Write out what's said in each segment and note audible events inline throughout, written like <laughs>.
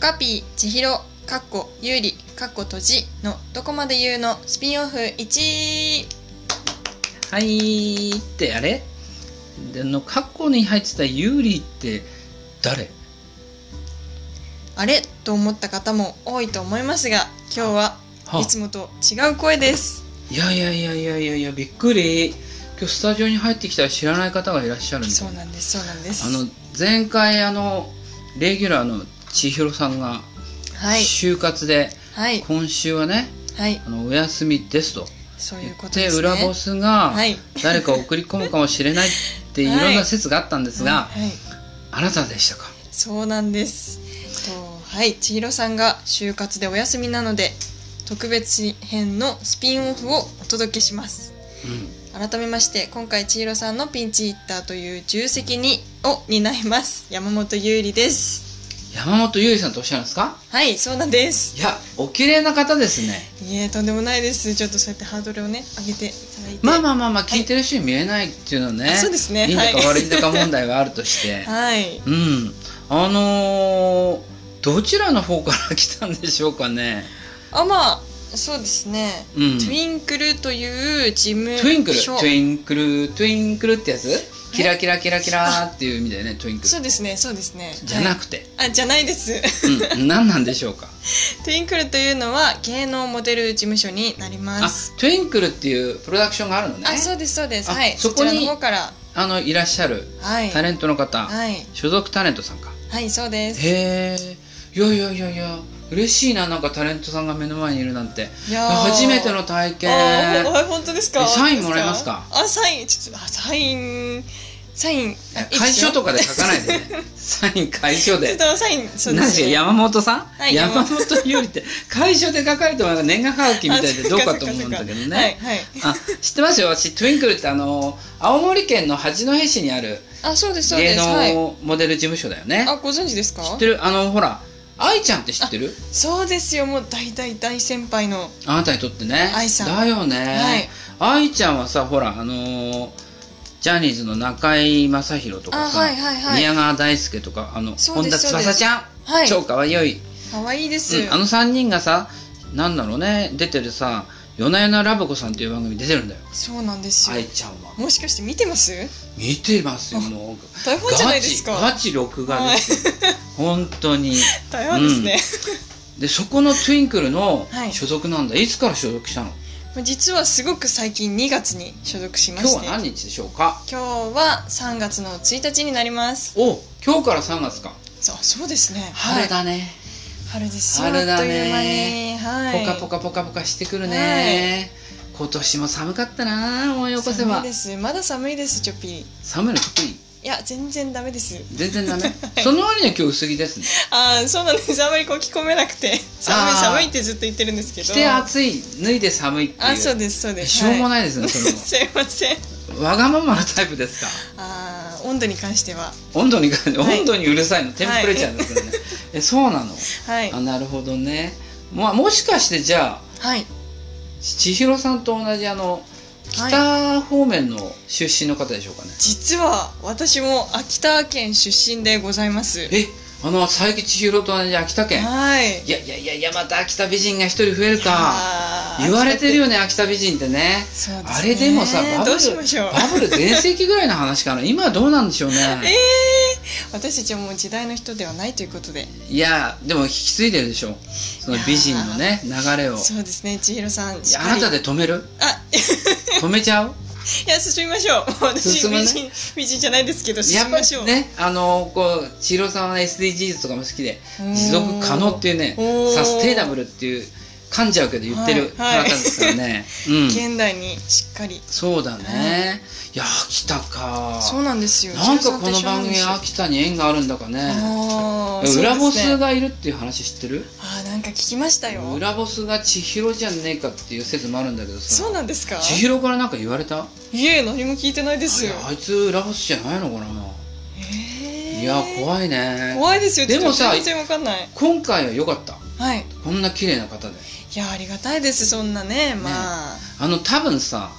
カピー千尋かっこ有利かっこ閉じのどこまで言うのスピンオフ1はいってあれであの過去に入ってたユーリって誰あれと思った方も多いと思いますが今日ははいつもと違う声ですいやいやいやいやいやいやびっくり今日スタジオに入ってきたら知らない方がいらっしゃるんでそうなんですそうなんですあの前回あのレギュラーの千尋さんがはい就活で、はい今週はねはいあのお休みですとそうい言うこっとでてすね裏ボスがはい誰か送り込むかもしれないっていはろいんな説があったんですが、はいはいあなたでしたかそうなんです。えっとはい、千尋さんが就活でお休みなので特別編のスピンオフをお届けします。うん改めまして今回千尋さんのピンチヒッターという重責にを担います山本優里です。山本優里さんとおっしゃるんですかはい、そうなんです。いやお綺麗な方ですねいえ、とんでもないです。ちょっとそうやってハードルをね上げていただいて。まあまあまあまあ聞いてる人に見えないっていうのはね,、あそうですねいいんだかはい悪いんだか問題があるとし <laughs> て、はい。うんあのーどちらの方から来たんでしょうかねあ、まあそうですね。うんトゥインクルという事務トゥインクルト所ゥインクルトゥインクルってやつキラキラキラキラっていう意味だよねトゥインクルそうですね、そうですね。じゃなくて、はいあ、じゃないです。 <laughs> うん、何なんでしょうかトゥインクルというのは芸能モデル事務所に <laughs> なりまあす。トゥインクルっていうプロダクションがあるのねあ、そうですそうです。あはい。そそこにちらの方から、あのいらっしゃるはい、タレントの方、はい、所属タレントさんかはい、そうです。へえいやいやいやいや嬉しいななんかタレントさんが目の前にいるなんていやー初めての体験あーほんあ本当ですか。えサインもらえますか本当ですあ、サイン、ちょっとあサイン、サイン、あいいですよ会所とかで書かないでねサイン会所 <laughs> ちょっでとサイン、そうで何ですすかね。山本さん、い山山本優里って会所で書かれてもなんか年賀はがきみたいでどうかと思うんだけどあね、はい、はい。あ知ってますよ私トゥインクルってあの青森県の八戸市にあるあ、そうですそうで芸す。はい。能モデル事務所だよね、あ、ご存知ですか。知ってるあのほら愛ちゃんって知ってるそうですよ。もう大大大先輩の、あなたにとってね愛さんだよね、愛ちゃんはさほらあのージャニーズの中居正広とかさ、あはいはいはい宮川大輔とかあのそう本で田すそうで翼すちゃん、はい。超可愛い、可愛いです。うんあの3人がさなんだろうね出てるさ「夜な夜なラブコさん」っていう番組出てるんだよそうなんですよ。愛ちゃんはもしかして見てます？見てますよもう台本じゃないですか。ガチ録画ですよ、本当に台湾ですね、でそこのトゥインクルのはい所属なんだ、い、つから所属したの <laughs> 実はすごく最近2月に所属しま今し日ては何日でしょうか今日は3月の1日になりますお今日から3月かそうそうですね春だね、はい、春ですよ春だあねっという間にはいポカポカポカポカしてくるね、今年も寒かったな思い起こせ寒いばですまだ寒いですちょっぴり寒いの得意いや全然ダメです全 <laughs> 然ダメ、その割には今日薄着ですねああそうなんですあんまりこう着込めなくて寒いあー寒いってずっと言ってるんですけど着て暑い脱いで寒いっていうあそうですそうですしょうもい、ないですね、そすいません <laughs> のわがままなタイプですかあー温度に関しては温度に関して、はい温度にうるさいのテンプレチャーですよね、えそうなの、はいあなるほどね、まあ、もしかしてじゃあはい千尋さんと同じあのはい北方面の出身の方でしょうかね、実は私も秋田県出身でございますえあの佐伯千尋と同じ秋田県はいいやいやいやいやまた秋田美人が一人増えるかあー言われてるよね秋田美人ってねそうですねあれでもさバブどうルしましょうバブル全盛期ぐらいの話かな今はどうなんでしょうね、えー、私たちはもう時代の人ではないということでいやでも引き継いでるでしょその美人のね流れをそうですね千尋さんいしっやかありなたで止めるあ <laughs> 止めちゃういや進みまし <laughs> ょうもう私進むね美人美人じゃないですけどや進っみぱま <laughs> しょりうねあのこう千尋さんは SDGs とかも好きでうん持続可能っていうねおーサステイナブルっていう噛んじゃうけど言ってる方はいはいですからね、 <laughs> うん現代にしっかりそうだねいや秋田かそうなんですよなんかこの番組あ秋田に縁があるんだかねあー裏そボうですスねがいるっていう話知ってるあーなんか聞きましたよ裏ボスが千尋じゃねえかっていう説もあるんだけどさそうなんですか千尋からなんか言われたいえ何も聞いてないですいよやあいつ裏ボスじゃないのかな、えーいや怖いね怖いですよでもさちょっと全然わかんない今回は良かったはいこんな綺麗な方でいやありがたいですそんなねまああの多分さ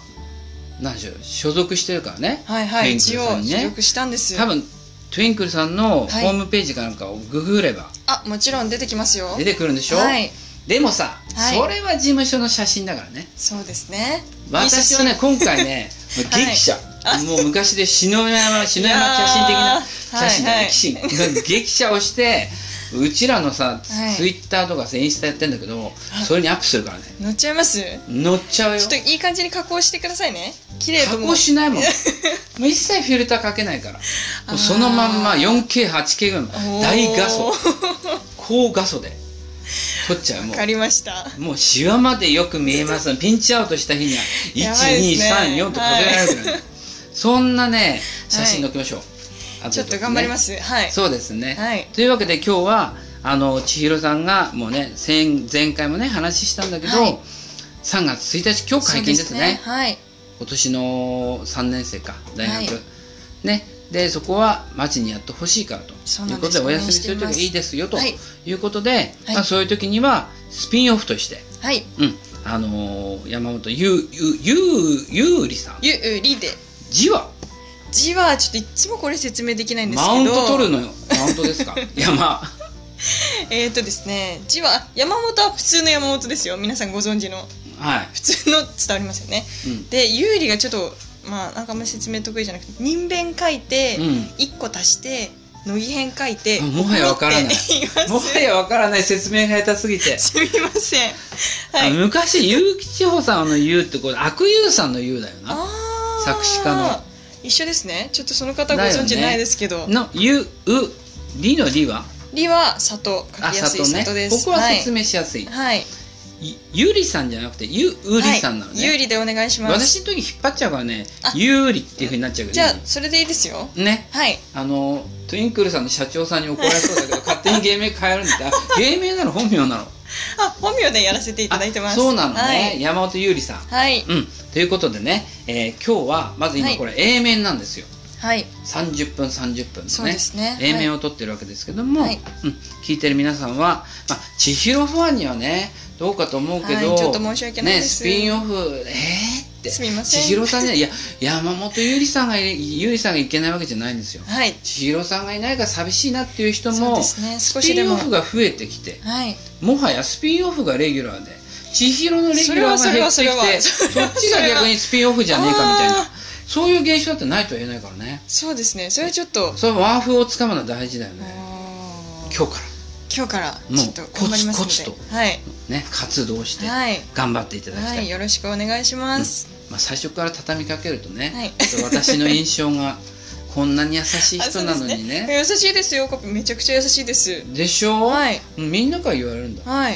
何でしょう所属してるからねはいはペいンク一ルさ応んに記ね録したんですよ多分トゥインクルさんのホはいームページかなんかをググれば、あもちろん出てきますよ出てくるんでしょ、はいでもさ、はいそれは事務所の写真だからねそうですね私はね今 <laughs> 回ねもうはい激写、もう昔で <laughs> 篠山篠山写真的な写真だね、はいはい激写激写をしてうちらのさ、はいツイッターとかさインスタやってんだけどそれにアップするからね乗っちゃいます乗っちゃうよちょっといい感じに加工してくださいね綺麗加とも工しないもんもう一切フィルターかけないからあーもうそのまんま 4K8K ぐらいのおー大画素高画素で撮っちゃうもわうかりましたもうシワまでよく見えますのピンチアウトした日にはやばいですね1234と数えられるからい、そんなね写真載っけましょう、後ちでょっと頑張ります、はいそうですね、はいというわけで今日はあの千尋さんがもうね先前回もね話したんだけど、はい3月1日今日会見ですねそうはい今年の3年生か大学、はねでそこは町にやってほしいからとそういなうんこでとすでお休みする時はいいですよとはいいうことで、はいまあ、そういう時にはスピンオフとして、はいうんあのー山本ゆうゆうゆうゆうりさんゆうりで字は字はちょっといつもこれ説明できないんですけマどウント取るのよマウントで <laughs> すか山えっ、とですね字はあ山本は普通の山本ですよ皆さんご存知のはい、普通の伝わりますよねうんで有利がちょっとまあなんかあんまり説明得意じゃなくて人弁書いてうん1個足して乃木編書いてあもはやわからな心いって言いますもはやわからない説明が下手すぎ <laughs> て、すみませんはあい昔結城千穂さんの「ゆう」ってこれ悪友さんの「ゆう」だよなあー作詞家の一緒ですねちょっとその方ご存知ないですけど、の「ゆう」「り」の「り」はりは砂糖書きやすい砂糖ですここははい説明しやすい、はいゆゆりさんじゃなくてゆうりさんなのはい、有ね、利でお願いします私の時引っ張っちゃうからねあゆうりっていうふうになっちゃうけじどゃあそれでいいですよねはいあのトゥインクルさんの社長さんに怒られそうだ <laughs> けど勝手に芸名変えるんだってあ芸名なの本名なのあ本名でやらせていただいてますあそうなのね、はい、山本ゆうりさんはいうんということでね、えー今日はまず今これ A 面なんですよ、はい30分30分のねそうですね A 面をを取ってるわけですけども、はいうん、聞いてる皆さんは、まあ、千尋ファンにはねどうかと思うけど、はい、ちょっと申し訳ないね、です、スピンオフえーってすみません千尋さんねいや山本ゆりさんがいゆりさんがいけないわけじゃないんですよはい千尋さんがいないから寂しいなっていう人そうもですねス少しピでンもオフが増えてきてはいもはやスピンオフがレギュラーで千尋のレギュラーが減ってそきれはてそれはそそれはっちが逆にスピンオフじゃねえかみたいあなそういう現象だってないとは言えないからねそうですねそれはちょっとそれワンフをつかむのは大事だよねあー今日か今日からもうちょっと頑張りますのでコツコツはいらね活動してはい頑張っていただきた、はいいよろしくお願いします、まあ、最初から畳みかけるとね、はいちょっと私の印象がこんなに優しいあ人なのにそうねです優しいですよコピーめちゃくちゃ優しいですでしょ、はいうんみんなから言われるんだ、はい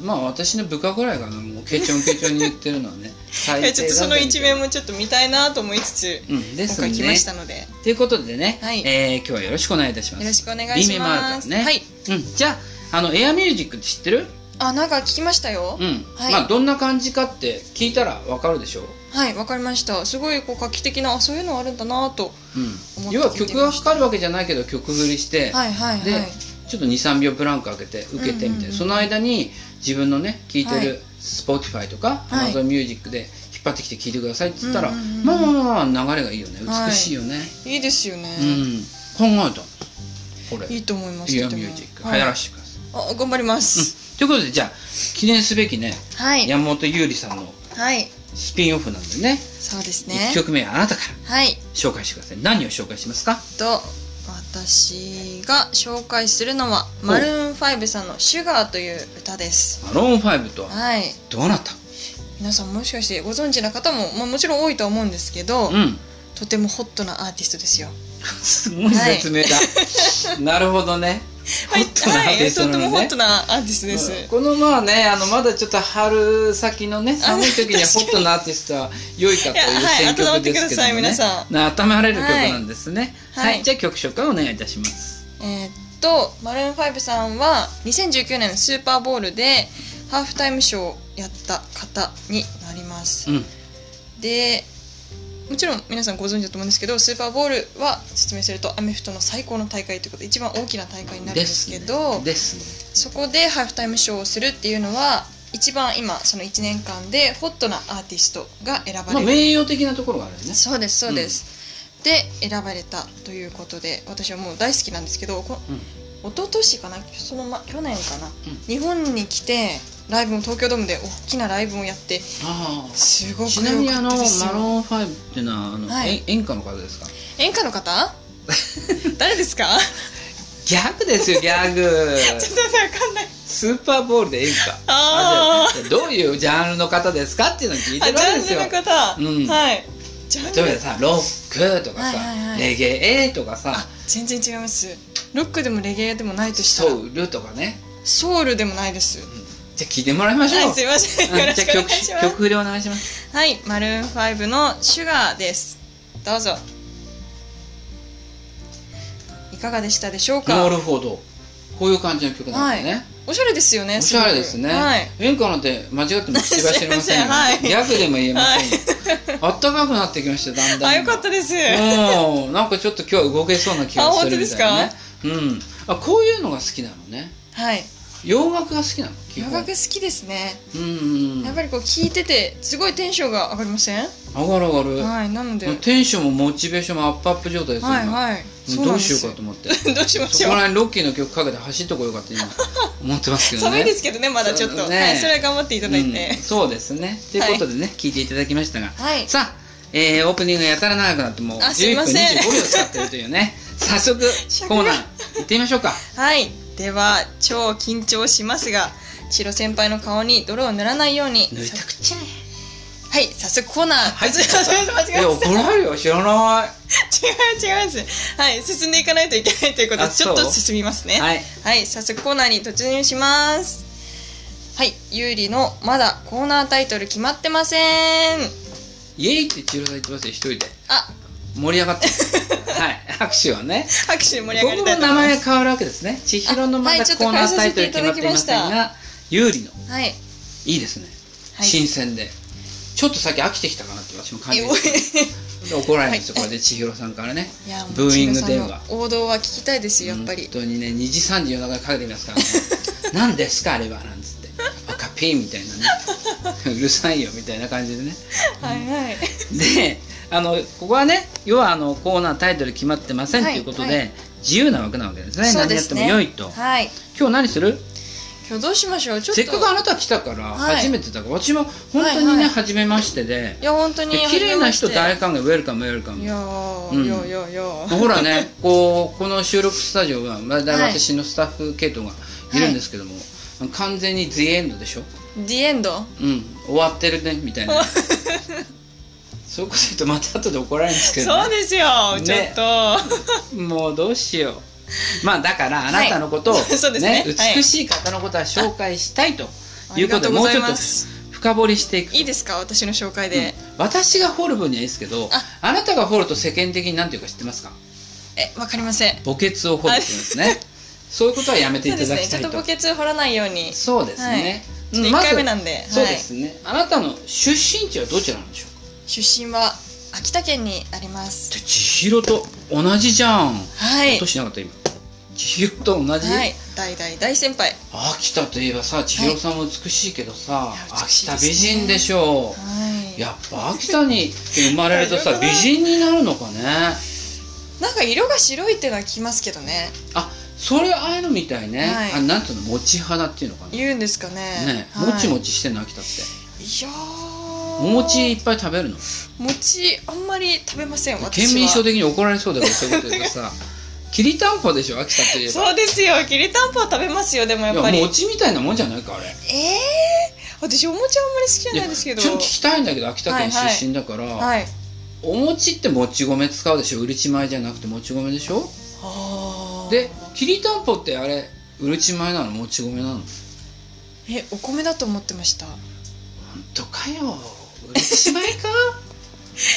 うん、まあ私の部下ぐらいかなもうケチョンケチョンに言ってるの <laughs> はね最えちょっとその一面も、もちょっと見たいなと思いつつうん、で今すね回来ましたのでよということでね、はいえー今日はよろしくお願いいたしますろしくお願い B し面もあるまかすらね、はいうん、じゃああのエアミュージックって知ってる、あなんか聞きましたよ、うんはいまあ、どんな感じかって聞いたらわかるでしょう、はいわかりましたすごいこう画期的なあそういうのあるんだなとう思ん、って聞いてました要は曲がかかるわけじゃないけど曲振りして、はいはいはいでちょっと23秒ブランク開けて受けてみたいな、うんうんうんその間に自分のね聴いてはる Spotify とかはい AmazonMusic で引っ張ってきて聴いてくださいって言ったら、うんうんうんまあまあまあまあ流れがいいよねはい美しいよね、いいですよね、うん考えたのこれいいと思いますエアとてミもュージック流はい行らせてください、あ頑張ります、ということでじゃあ記念すべきね、はい山本優里さんのはいスピンオフなんでねそうです一1ね曲目はあなたからはい紹介してください何を紹介しますかと私が紹介するのはうマルーン5さんの「シュガーという歌ですマローン5とははいどなた皆さんもしかしてご存知な方も、まあ、もちろん多いとは思うんですけど、うんとてもホットなアーティストですよ。すごい説明だ、なるほどねはい、ホットなアーティストはいとてなものホねットなアーティストです。このまあねあのまだちょっと春先のね寒い時にあはホットなアーティストは良いかといういやはい選曲ですけど温もねまってください皆さな温められる曲なんですねは、はいいじゃあ曲紹介お願いいたしますえーっとマルーン5さんは2019年のスーパーボウルでハーフタイムショーをやった方になりますう。んでもちろん皆さんご存知だと思うんですけどスーパーボウルは説明するとアメフトの最高の大会ということで一番大きな大会になるんですけどですねそこでハーフタイムショーをするっていうのは一番今その1年間でホットなアーティストが選ばれまあ、る名誉的なところがあるよねそうですそうです、で選ばれたということで私はもう大好きなんですけどこうん一昨年かなその、ま、去年かな、うん日本に来てライブも東京ドームで大きなライブをやってああすごくち良なみにあかっのたですマロよン5っていうのはあの、はいえ演歌の方ですか演歌の方 <laughs> 誰ですかギャグですよギ <laughs> ャグちょっと分かんないスーパーボールで演歌あーじゃあどういうジャンルの方ですかっていうのを聞いてあるジわけャでンすルの方、ようんはいジャンル例えばさロックとかさ、はいはいはいレゲエとかさあ全然違いますロックでもレゲエでもないとしたらソウルとかねソウルでもないですじゃあ聞いてもらいましょう、はいすいませんうんよろしくお願いしじゃまあす曲曲振りお願いしますはい、マルーン5の「シュガー」ですどうぞいかがでしたでしょうなかるほどこういう感じの曲なんですね、おしゃれですよねおしゃれですごね、くはい演歌なんて間違っても口走りますせんよ、いませんはいギャグでも言えませんよ、あったかくなってきましただんだんあよかったです、うんなんかちょっと今日は動けそうな気がするみたいな、ね、あうんあこういうのが好きなのねはい洋楽が好きなの基洋本楽好きですね、うんうんやっぱりこう聞いててすごいテンションが上がりません、上がる上がる、はいなので、テンションもモチベーションもアップアップ状態ですよ、はい今はいもそううなどんうでしようすかよと思って <laughs> どうしまそしょこうら辺ロッキーの曲かけて走っとこうよかって今思ってますけどね寒いですけどねまだちょっそうと、ねはい、それは頑張っていただいてうん、そうですねということでね、聞いていただきましたがはいさあえーオープニングがやたら長くなってもうあす11い分ま25せん秒使ってるという <laughs> ね早速尺がコーナー行ってみましょうかはいでは超緊張しますが千尋先輩の顔に泥を塗らないように塗りたくちゃはい、早速コーナー。 <laughs> はい間違えましたえ間違えまし怒られるよ知らなた違う違います。はい、進んでいかないといけないということあで、ちょっと進みますね。いはい、はい早速コーナーに突入します。はい、ゆうりのまだコーナータイトル決まってません。イエイって千尋さん言ってますよ一人であ、盛り上が <laughs> ってはい拍手をね拍手で盛り上がり僕たいとの思名います。前が変わるわけですね千尋のまあはだいちょっコとーナータイトル決まってい変えませんさせていただきが有利のはい、いいですね、はい新鮮でちょっと先飽きてきたかなって私も感じて <laughs> 怒られるんですよ、これで千尋さんからねいや、もうブーイング電千尋話さんの王道は聞きたいですよ、やっぱり本。当にね2時3時夜中にかけてきますからね <laughs> 何ですかあれはなんつって赤ピーみたい <laughs> なねうるさいよみたいな感じでねはいはい。であのここはね要はあのコーナータイトル決まってませんとはいいうことで、はい自由な枠なわけですねそう何でやっすてねも良いとはい。今日何する今日どうしましょう、ちょっと。せっかくあなた来たから、はい初めてだから私も本当にはね、いはい初めましてでいや、本当にで。綺麗な人大い歓迎ウェルカムウェルカムやうんー、いやいやいや。ほ <laughs> らね、こうこの収録スタジオはまだはい私のスタッフ系統がいるんですけども、完全に「The End」でしょ、ディエンド。うん、終わってるねみた <laughs> いなそういうこと言うとまた後で怒られるんですけどね、そうですよ、ねちょっと。もうどうしようまあだからあなたのことを、 <laughs> はいそうですねはい美しい方のことは紹介したいとあいりうこがととでうもごうざちいょっとます。深掘りしていくいいですか、私の紹介うんで。私が掘る分にはいいですけどああなたが掘ると世間的に何ていうか知ってますかえ、わかりません。墓穴を掘るっていうんですねそういうことはやめていそうたですだね、きちたょいっとと墓穴掘らないように。そうですね。ちょっとうん一まず回目なんで、そうではい。すね。あなたの出身地はどちらなんでしょうか。出身は秋田県にあります。で千尋と同じじゃん。はい。年なかった今。千尋と同じ。はい、大大大先輩。秋田といえばさ、千尋さんも美しいけどさ、いや美し秋いで田す美ね人でしょう。はい。やっぱ秋田に生まれると <laughs> 大さ丈夫か美な人になるのかねなんか色が白いっていうのは聞きますけどね。あそれああいうのみたいね、はいあなんつうのもち肌っていうのかなね言うんですかね。はいもちもちしてんの秋田っていやーお餅いっぱい食べるの餅あんまり食べません。私は県民省的に怒られそうだからそういうこと言う <laughs> とさきりたんぽでしょ秋田といえばそうですよ。きりたんぽは食べますよ。でもやっぱいり。や餅みたいなもんじゃないかあれえー、私お餅あんまり好きじゃないですけどちょっと聞きたいんだけど秋田県出身だから、はいお餅ってもち米使うでしょうるち米じゃなくてもち米でしょあーできりたんぽってあれうるち米なのもち米なのほんえお米だと思ってましたとかようるち米 <laughs> か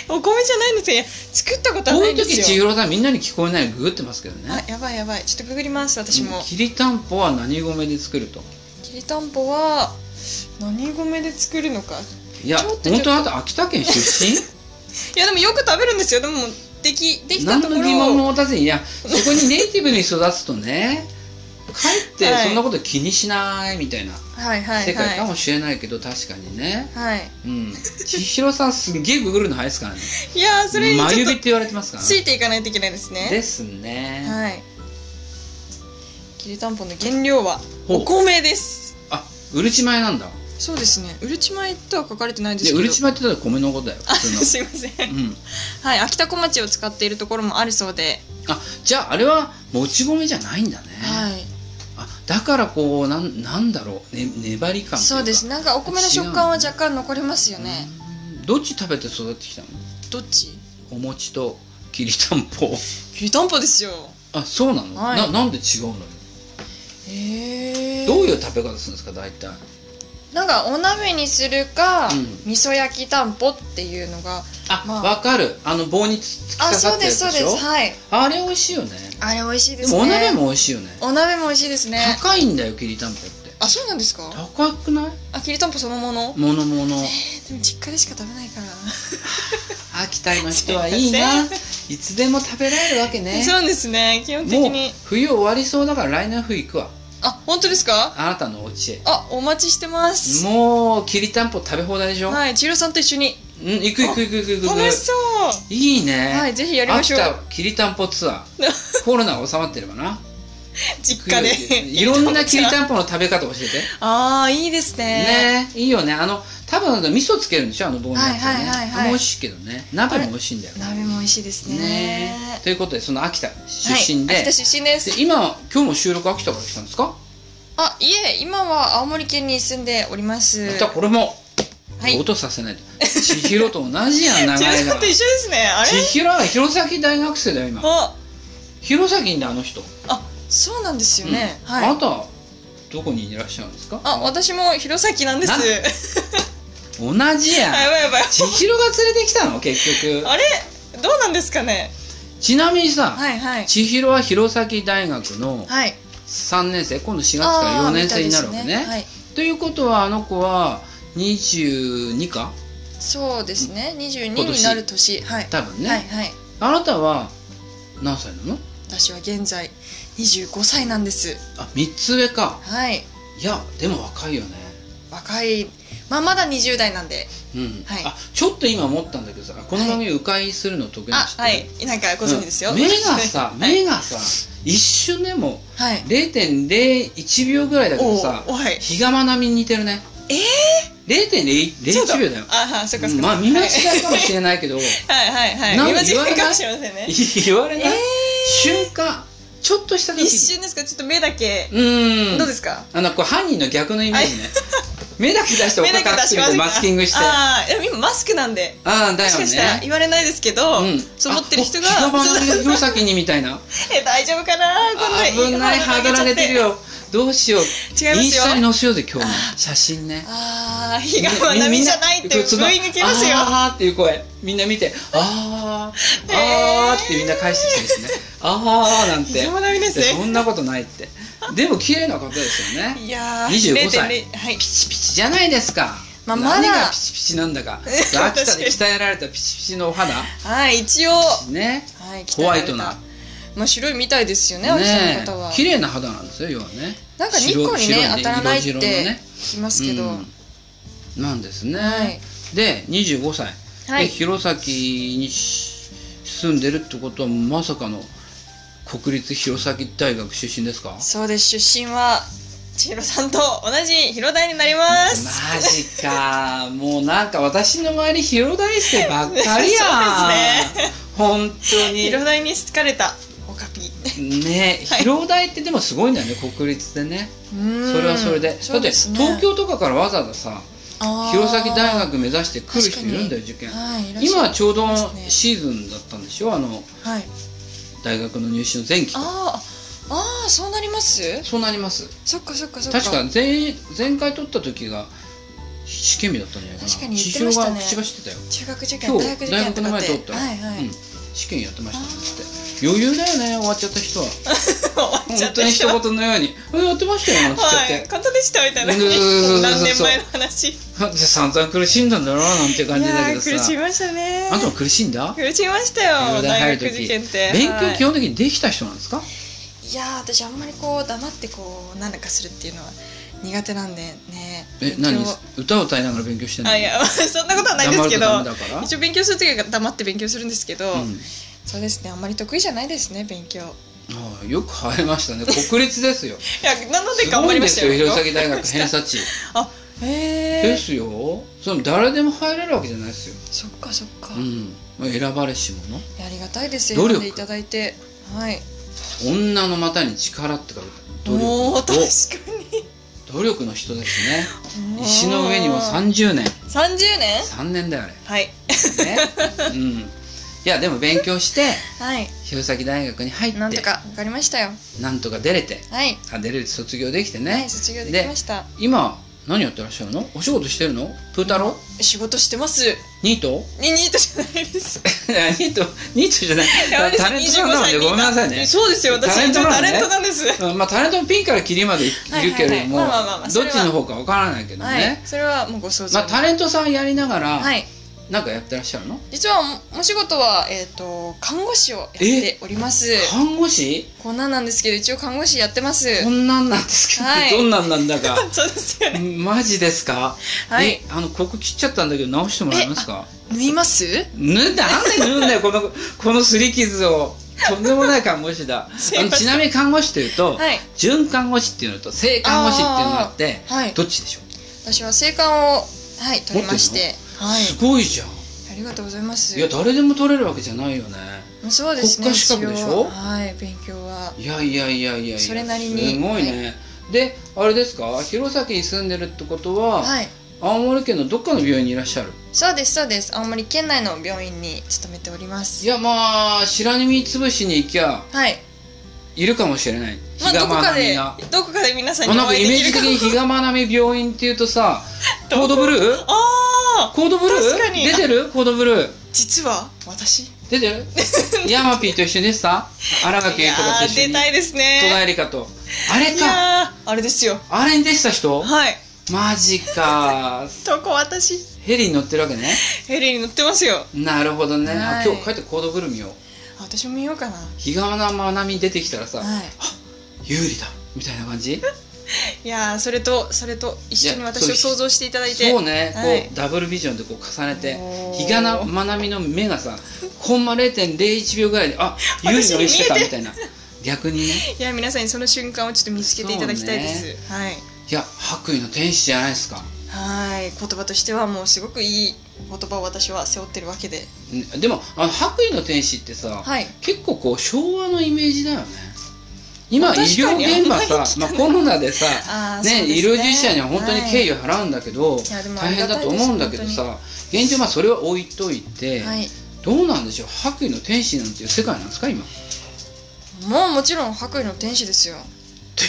お米じゃないんですよいや作ったことはこうないいんうで時す千よ尋さんみんなに聞こえないようにググってますけどねあやばいやばいちょっとググります私もきりたんぽは何米で作るときりたんぽは何米で作るのかいやちょっとちょっと本当あなた秋田県出身いやでもよく食べるんですよでもでき <laughs> できた何とのこ疑ろ問も持たずにいやそこにネイティブに育つとねかえってはいそんなこと気にしないみたいなはいはい世界かはもしれないけど、確かにねいはいうん千尋さんすんげえググるの早いですからねいやーそれに真ち指ょっって言われてますとからつねいていかないといけないですねですね、はいきりたんぽの原料はほうお米ですあうるち米なんだそうですねうるち米とは書かれてないんですでけうどるち米って言ったら米のことだよあ普通のすいませんうんはい秋田小町を使っているところもあるそうで、あじゃああれはもち米じゃないんだね、はいあだからこうなんなんだろう、ね、粘り感というかそうですなんかお米の食感は若干残りますよねうんどっち食べて育ってきたのどっちお餅ときりたんぽきりたんぽですよあそうなの、はいななんで違うのよへえどういう食べ方するんですか大体なんかお鍋にするか、うん味噌焼きたんぽっていうのがあ、まあわかるあの棒につつきあかかそっうでてるやすつそうででしょすはいあれ美味しいよねあれ美味しいでですねもお鍋も美味しいよねお鍋も美味しいですね高いんだよきりたんぽってあそうなんですか高くないあきりたんぽそのものものもでのも実家でしか食べないから、秋田の人はいいないつでも食べられるわけねそうですね基本的もうに冬終わりそうだから来年冬行くわあ本当ですかあなたのお家へあお待ちしてますもうきりたんぽ食べ放題でしょ、はい千尋さんと一緒にうん行く行く行く行く行く楽しそういいね、はいぜひやりましょう秋田きりたんぽツア <laughs> ーコロナが収まってればな実家でいろんなきりんたんぽの食べ方教えて <laughs> ああいいです <laughs> ねねいいよねあの多分味噌つけるんでしょあの棒のやつはね、はいはいはいはい美味しいけどね鍋も美味しいんだよね鍋も美味しいですねねということでその秋田出身で,、はい、秋田出身ですで今今日も収録秋田から来たんですか、あいえ今は青森県に住んでおりますまたこれもはい音させないと、千尋と同じやん流れが <laughs> 千尋さんと一千緒ですねあれ尋は弘前大学生だよ今あ弘前んだあの人、あそうなんですよね、うんはいあなたはどこにいらっしゃるんですかあ、私も弘前なんです。 <laughs> な同じやんあやばいやばい。千尋が連れてきたの結局あれ、どうなんですかね。ちなみにさ、はいはい。千尋は弘前大学のはい。 3年生今度4月かあらあ4ー年生になるわけみねたいですはい。ということはあの子は22かそうですね。二十今二年になる年。はい。多分ね、はいはい。あなたは何歳なの私は現在二十五歳なんです。あ3つ上かはい。いやでも若いよね若い。まあまだ二十代なんで。うん、はいあちょっと今思ったんだけどさこの番組迂回するの得意なあ知っ、てるはい。なんかご存知ですよ。うん目が <laughs> さ目がさ一瞬でもはい。 0.01秒ぐらいだけどおさお、はい。比嘉愛未に似てるねえ0.01秒だよあは、そっかそっか。まあ見間違いかもしれないけどはいはいはいなはんい。見言わ間違いれないかもしれませんね。 <laughs> 言われない、えー瞬間ちょっとした時一瞬ですか。ちょっと目だけ。うーんどうですか。あのこう犯人の逆のイメージね <laughs> 目だけ出してお目だかけか出ってしますマスキングしてあああー、いや今マスクなんで。あーだもしよかしたらね言われないですけど、うんそう思ってる人があお <laughs> そう比嘉愛未の先にみたいな <laughs> え大丈夫かなこんあ危ないいいハードル上げてるよどうしよう違いイまンすスタによ載せようぜ今日の写真ねああ日が真みじゃないってブーイングきますよああーっていう声みんな見てあーあーってみんな返してきてですねああなん日てが真みですいやそねんなことないってでも綺麗な方ですよねいやー25歳0.0はいピチピチじゃないですか、まあまだ何がピチピチなんだか秋田 <laughs> 確かにで鍛えられたピチピチのお肌はい一応ねはいホワイト鍛えなられたまあ白いみたいですよね青木さんねの方は綺麗な肌なんですよ要はねなんか日光にね白当たらないって色白のね聞きますけど、うんなんですね、はいで25歳、はいで弘前にし住んでるってことはまさかの国立弘前大学出身ですかそうです出身は千尋さんと同じ広大になりますマジかもうなんか私の周り広大生ば <laughs> っかりや、そうん本当に広大に好かれたオカピねはい広大ってでもすごいんだよね国立でねそそれはそれで、だって東京とかからわざわざさ弘前大学学目指して来る人いるんだよ受験はいいらっしゃ今るはちょうどそうですねシーズンだったんでしょあのはい大学の入試の前期あーあーそうなりますそうなりますそっかそっかそっか確か前前回取った時が試験日だったんじゃないかな確かに言地ってましたねが口走ってたよ中学受験今大学日受大験学とのか前って通ったら、はいはい、うん、試験やってましたねって余裕だよね終わっちゃった人は <laughs> 終わっちゃ本っ当たに人一言のように「うんやってましたよ」なんて言っちゃっはいて、簡単でしたみたいなそうそうそ <laughs> う何年前の話いなんで散々苦しんだんだろうなんて感じだやけーど苦しみさましたねあんたも苦しんだ苦しみましたよ東大大入る学受時験って勉強基は本的にできた人なんですかい、いやー私あんまりこう黙ってこうなんだかするっていうのは苦手なんでねえ勉強何歌を歌いながら勉強してんのあいや <laughs> そんなことはないで黙するけとどダメだから一応勉強するときは黙って勉強するんですけど、うんそうですねあんまり得意じゃないですね勉強ああよく入りましたね国立ですよいやなの <laughs> です頑ご張いりんまでしすたよよ弘前大学偏差値あへ <laughs> でえすよその誰でも入れるわけじゃないですよ、そっかそっか、ういん、選ばれし者やありがたいです努よ選力んでいただいてはい女の股に力って書いてあるおおー努力確かにお努力の人ですねおー石の上にも30年30年3年だよあれ <laughs> はいね <laughs> うんいやでも勉強してはい弘前大学に入ってなんとか分かりましたよなんとか出れてはい、あ出れて卒業できてね、はい卒業できました今何やってらっしゃるのお仕事してるのプータロー仕事してますニー <laughs> トにニートじゃないですいやニートニートじゃないやばいです <laughs> タレントさんなので25歳ごめんなさいねそうですよ私タレント一応なタんでねレントなんですうんまあタレントのピンからキリまでいはいるけれどもはいはいまあまあまあそどっれはちの方かわからないけどはいね、それはもうご想像まあタレントさんやりながらはいなんかやってらっしゃるの実はおお仕事は、えー、と看護師をやっております看護師こんなんなんですけど一応看護師やってますこんなんなんですけど、はいどんなんなんだか <laughs> そうですよねマジですか、はいえあのここ切っちゃったんだけど直してもらえますか縫いますぬなんで縫うんだ <laughs> よこのこのすり傷をとんでもない看護師だ <laughs> すあいのませんちなみに看護師というと、はい準看護師っていうのと正看護師っていうのがあってあーはいどっちでしょう、私は生還をはい取りましてはいすごいじゃんありがとうございますいや誰でも取れるわけじゃないよねそうですね国家資格でしょ一応はい勉強はいやいやいやいやいやそれなりにすごいね、であれですか弘前に住んでるってことは、はい青森県のどっかの病院にいらっしゃるそうですそうです青森県内の病院に勤めておりまいすやまあ白波つぶしに行きゃはいいるかもしれないまあ比ど嘉こか愛美でが。どこかで皆さんあにおなんか会イいメでーきジる的かに比嘉愛美病院っていう <laughs> とさコードブルーああコードブルー確かに出てるコードブルー実は私 <laughs> 出てるヤマピーと一緒に出てた新垣い結や衣とかとー一緒出にたいですね戸田恵梨香とあれいかやーあれですよあれに出てた人はいマジかそこ私ヘリに乗ってるわけねヘリに乗ってますよなるほどね、あはい今日帰ってコードブルー見ようあ私も見ようかな比嘉愛美出てきたらさ、はい有利だみたいな感じいやーそれとそれと一緒にい私をやそう想像していただいてそうね、はいこうダブルビジョンでこう重ねておー比嘉な愛美の目がさコンマ0.01秒ぐらいであ有利の生きてたみたいな逆にねいや皆さんにその瞬間をちょっと見つけていただきたいです、はいいや白衣の天使じゃないですかはい言葉としてはもうすごくいい言葉を私は背負ってるわけでねでもあの白衣の天使ってさ、はい結構こう昭和のイメージだよね今医確か療に現場あんまりさ、聞まあ、かないコロナでさあーねそうですね医療従事者には本当に敬意を払うんだけど、いやでもあ大り変がただいですと思うんだけどさ現状まあそれは置いといて、はいどうなんでしょう白衣の天使なんていう世界なんですか今もうもちろん白衣の天使ですよ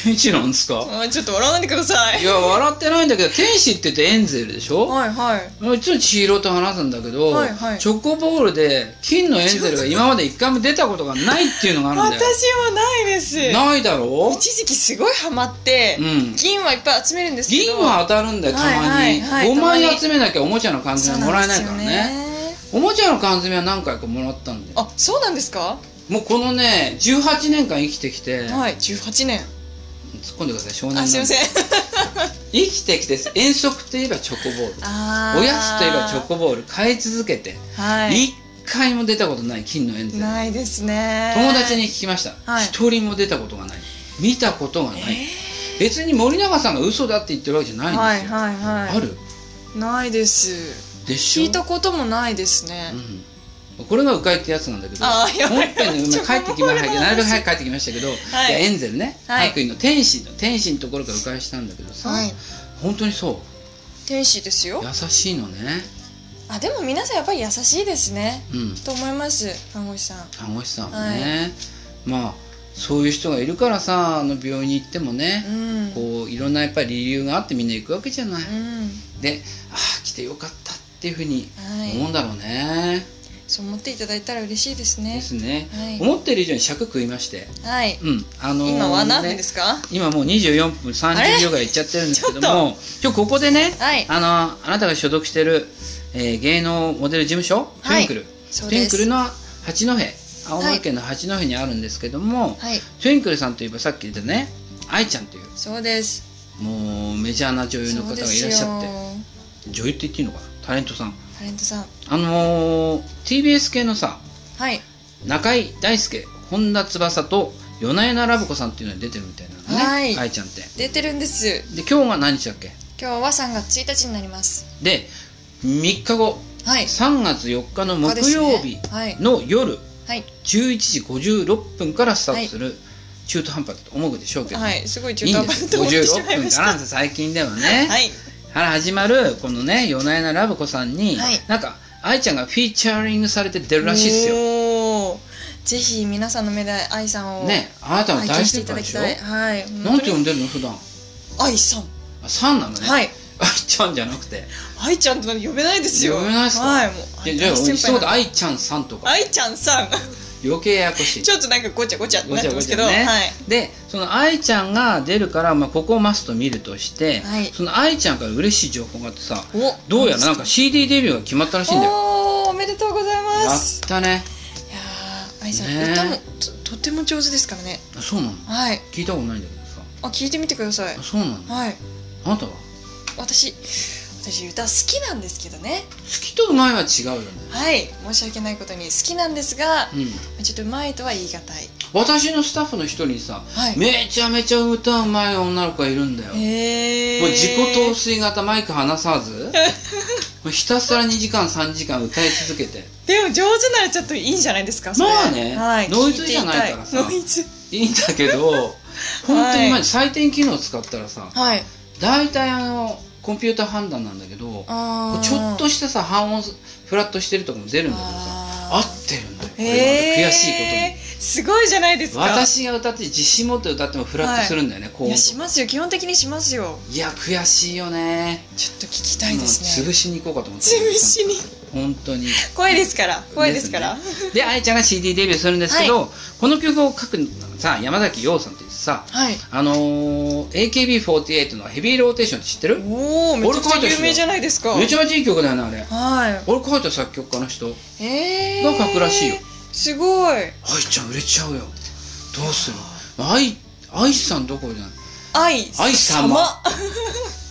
天使なんですかあーちょっと笑わないでくださいいや笑ってないんだけど天使って言ってエンゼルでしょ、はいはいもういつも千尋と話すんだけど、はいはいチョコボールで金のエンゼルが今まで一回も出たことがないっていうのがあるんだよ私もないですないだろ一時期すごいハマって、うん銀はいっぱい集めるんですけど銀は当たるんだよたまに、はいはいはい5万たま円に集めなきゃおもちゃの缶そう詰なもらえんでなすいかよらねねおもちゃの缶詰は何回かもらったんであそうなんですかもうこのね18年間生きてきて、はい18年突っ込んでください少年なんあですいません生きてきて遠足といえばチョコボールあー <laughs> おやつといえばチョコボール買い続けて、はい一回も出たことない金のエンゼルないですね友達に聞きましたはい一、人も出たことがない見たことがない、え別に森永さんが嘘だって言ってるわけじゃないーんはいですよ、はいはいあるないですでしょ聞いたこともないですね、うん、これが迂回ってやつなんだけどあーやばい本編でち今ょ帰ってきまし <laughs> たごめんななさいるべく早く帰ってきましたけど、いいやエンゼルねはい白衣の天使の天使のところから迂回したんだけどさ、はい本当にそ天使ですよう優しいのねあでも皆さんやっぱり優しいですねうんと思います看護師さん看護師さんはね、まあそういう人がいるからさあの病院に行ってもねう、んこういろんなやっぱり理由があってみんな行くわけじゃない、うんでああ来てよかったっていうふうに思うはいんだろうね、そう思っていただいたら嬉しいですねですね、はい思ってる以上に尺食いましてはいうんあのー今は何ね分ですか、今もう24分30秒ぐらいいっちゃってるんですけどあも今日ここでね、はいあのあなたが所属してる、えー芸能モデル事務所、はいトゥインクルそうトゥイでンすクルの八戸青森県の八戸にあるんですけども、はいトゥインクルさんといえばさっき言ったね愛ちゃんというそうですもうメジャーな女優の方がいらっしゃっそうてですよ女優って言っていいのかなタレントさんタレントさんあのー TBS 系のさはい中井大輔本田翼と夜な夜なラブ子さんっていうのに出てるみたいなのね、はい愛ちゃんって出てるんですで今日が何日だっけ今日は3月1日になりますで3日後はい3月4日のここで木すね曜日はいの夜はい11時56分からスタートする中途半端だと思うでしょうけど、はいすごい中いい途ん半です端よと思ってしまい56ま分しかたら最近ではね、はいから始まるこのね夜な夜なラブ子さんに、はいなんか愛ちゃんがフィーチャリングされて出るらしいっすよよぜひ皆さんの目で愛さんをねあなたの拝大見してい先た輩だできしょたいはい本当なんにて呼んでるの普段愛さんあさんなのね、はい愛ちゃんじゃなくて愛ちゃんとか呼べないですよ呼べないっすかはいもでうじゃあ俺一言愛愛ちゃんさんとか愛ちゃんさん余計ややこしいちょっとなんかごちゃごちゃってなってますけどごはちゃいごちゃでその愛ちゃんが出るから、まあ、ここをマスト見るとして、はいその愛ちゃんから嬉しい情報があってさおどうやらなんか CD デビューが決まったらしいんだよおーおめでとうございやますったねいやー愛さん、ね歌もととても上手ですからねあそうなのはい聞いたことないんだけどさあ聞いてみてくださいあそうなのあはいなたは好私私歌好きなんですけどねきとうまいは違うよねはい申し訳ないことに好きなんですがうんちょっとうまいとは言い難い私のスタッフの一人にさ、はいめちゃめちゃ歌うまい女の子がいるんだよ、へえもう自己陶酔型マイク離 <laughs> さずもうひたすら2時間3時間歌い続けてでも上手ならちょっといいんじゃないですかそれまあねはい、ノイズじゃないからさ聞ていたいノイズいいんだけ <laughs> ど本当にマジ採点機能使ったらさはい大体あのコンピューター判断なんだけどあーちょっとしたさ半音フラットしてるとこも出るんだけどさ合あってるんだよこーれへまーた悔しいことに。すごいじゃないですか私が歌って自信持って歌ってもフラットするんだよね、こういやしますよ基本的にしますよいや悔しいよねちょっと聞きたいですもうね潰しに行こうかと思って潰しに本当に声ですから声ですからすねで愛ちゃんが CD デビューするんですけど、この曲を書くのがさ山崎陽さんっていうさはいあのー、AKB48 のヘビーローテーションって知ってるおおめちゃくちゃ有名じゃないですかめちゃめちゃいい曲だよねあれは俺書いた作曲家の人愛いえが書くらしいよすごいちゃん売れちゃうよどうする愛愛さんどころじゃない愛愛様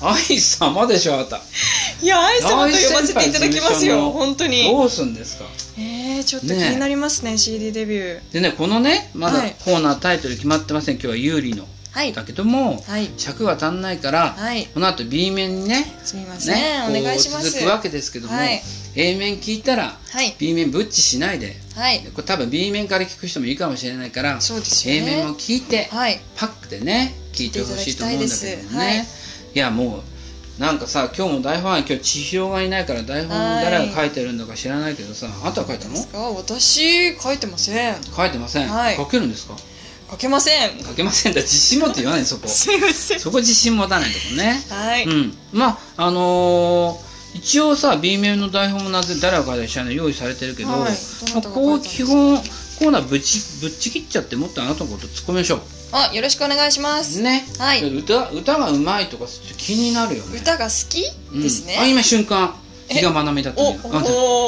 愛様でしょあな <laughs> た <laughs> いや愛様と呼ばせていただきます愛先輩のよ本当にどうすんですかえー、ちょっと気になりますね CD デビューでねこのねまだはいコーナータイトル決まってません今日は有利のはいだけどもはい尺が足んないから、はいこの後 B 面にねすみません、ねお願いしまこうす続くわけですけども、はい A 面聞いたらはい B 面ブッチしないではいこれ多分 B 面から聞く人もいいかもしれないから、そうですよ A ね面も聞いて、はいパックでね聞いてほしいと思うんだけども聞ねいていただきいたいでやもうなんかさ今日も台本は今日千尋がいないから台本誰が書いてるのか知らないけどさあんたは書いたのですか私書いてません書いてません、はい書けるんですか書けません書けませんだ自信持って言わないそこすいませんそこ自信持たないとこね、はい、うんまああのー一応さ B 面の台本もなぜ誰が書いたか知らない用意されてるけど、はいまあ、どなたが書いたんですかここを基本コーナーぶちぶっち切っちゃってもっとあなたのこと突っ込みましょうあよろしくお願いします、ね、はい歌歌がうまいとかちょっと気になるよね歌が好きですね、うんあ今瞬間え比嘉愛未だったおねあ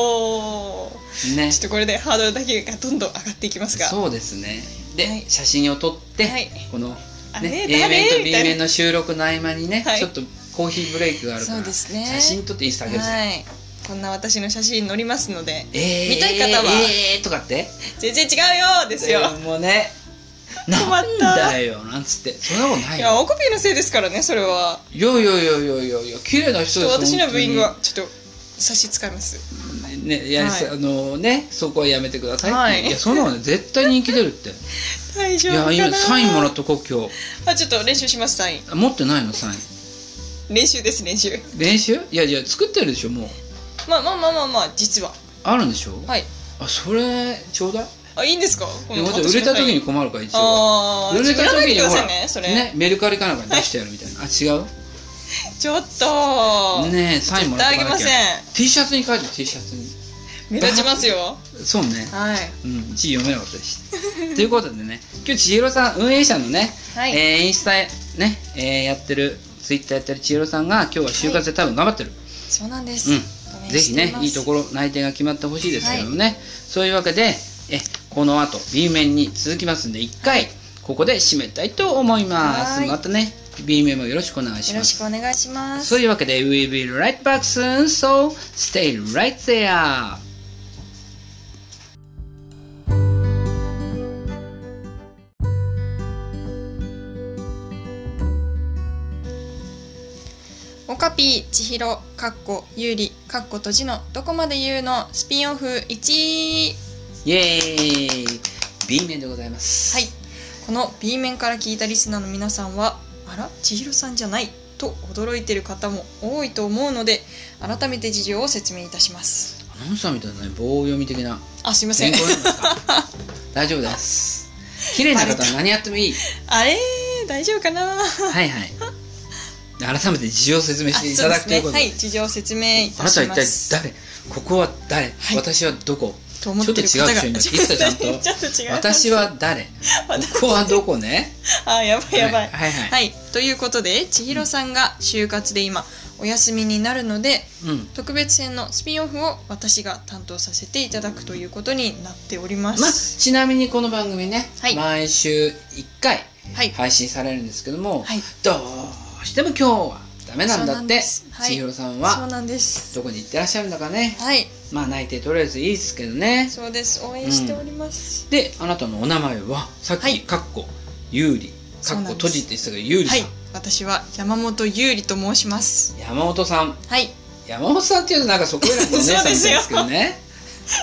おおーねちょっとこれでハードルだけがどんどん上がっていきますがそうですねで、はい写真を撮って、はいこの、あれね、誰 A 面とみ B たいな面の収録の合間にね、はいちょっとコーヒーブレイクがあるからそうですね写真撮ってインスタ上げるぜ、はいこんな私の写真載りますのでえー、見たい方はえー、とかって全然違うよですよ、えーもうね困なっんただよなんつってそんなことないいよやオコピーのせいですからねそれはいやいやいやいやいやいや綺麗なち人ょっとです私の本ブー当イにングはちょっと差し使いますねいや、はいあのねそこはやめてください、はいやそんなのね絶対人気出るって <laughs> 大い丈夫かやない今サインもらっとこう今日あちょっと練習しますサインあ持ってないのサイン練習です練習練習いやいや作ってるでしょもうまあまあまあまあまあ実はあるんでしょ、はいあそれちょうだいあいいんですかいや売れた時にこ困るから一応の私のサインああ作ら売れたない時でにくだほさいらねそれねメルカリかなんかに出してやるみたいなあ違うちょっと、ねえサインもらっ絶対あげてません T シャツに書いて T シャツに目立ちますよそうねはいうん字読めなかったしということでね今日千尋さん運営者のね、はいえーインスタね、えーやってるツイッターやってる千尋さんが今日は就活で多分頑張ってる、そうなんです、うん、ぜひねいいところろ内定が決まってほしいですけどもね、そういうわけでえこの後 B 面に続きますんで1回ここで締めたいと思いますはいまたね B 面もよろしくお願いしよろましくすお願いしますそういうわけで We will right back soon so stay right there 「オカピー千尋かっこゆうりかっこ閉じのどこまで言うのスピンオフ1イエーイ B 面でございますはいこの B 面から聞いたリスナーの皆さんはあら千尋さんじゃないと驚いてる方も多いと思うので改めて事情を説明いたしますアナウンサーみたいなね棒読み的なあすいませ原ん稿読んでますか <laughs> 大丈夫です綺麗な方は何やっても <laughs> いいあれー大丈夫か <laughs> なはいはい改めて事情を説明していただくということあでそうですねはい事情を説明いあたなたしはま一す体誰ここは誰、い私はどこと思ってる方がちょっと違うでしょ今聞いてたちゃんと <laughs> ちょっと違う私は誰ここはどこねあやば <laughs> いやばい、はいはい、はいはい、ということで千尋さんが就活で今お休みになるのでうん特別編のスピンオフを私が担当させていただくということになっておりままあ、す。ちなみにこの番組ね、はい毎週1回はい、配信されるんですけども、はい、どうしても今日はダメなんそうだなっんて、ですはい千尋さんそうはなんです。どこに行ってらっしゃるんだかねはい、まあ内定とりあえずいいですけどねそうです。応援しております。であなたのお名前はさっき、はいかっこ有利そかうっなんこです閉じって言ってたけど有は利さい、私は山本優里と申します。ん、山本さんはい、山本さんっていうとなんかそこらのお姉さんみたいですけどね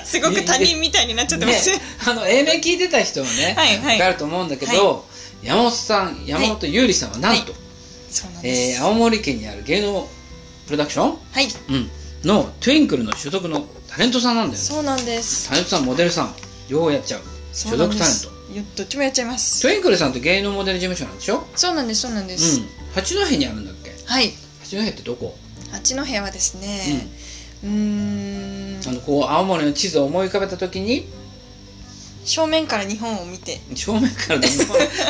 すごく他人みたいになっちゃってまねす。あの A 面聞いてた人はね、はいはい分かると思うんだけど、山本さん山本優里さんはなんと、そうなんでえーす。青森県にある芸能プロダクション、はい、うん、のトゥインクルの所属のタレントさんなんだよねそうなんです。タレントさんモデルさん両方やっちゃう所そうな属んでタレンすトいやどっちもやっちゃいます。トゥインクルさんって芸能モデル事務所なんでしょそうなんです。そうなんでうす。ん八戸にあるんだっけはい、八戸ってどこ、八戸はですね。うーんうん、あのこう青森の地図を思い浮かべた時に正面から日本を見て正面からでも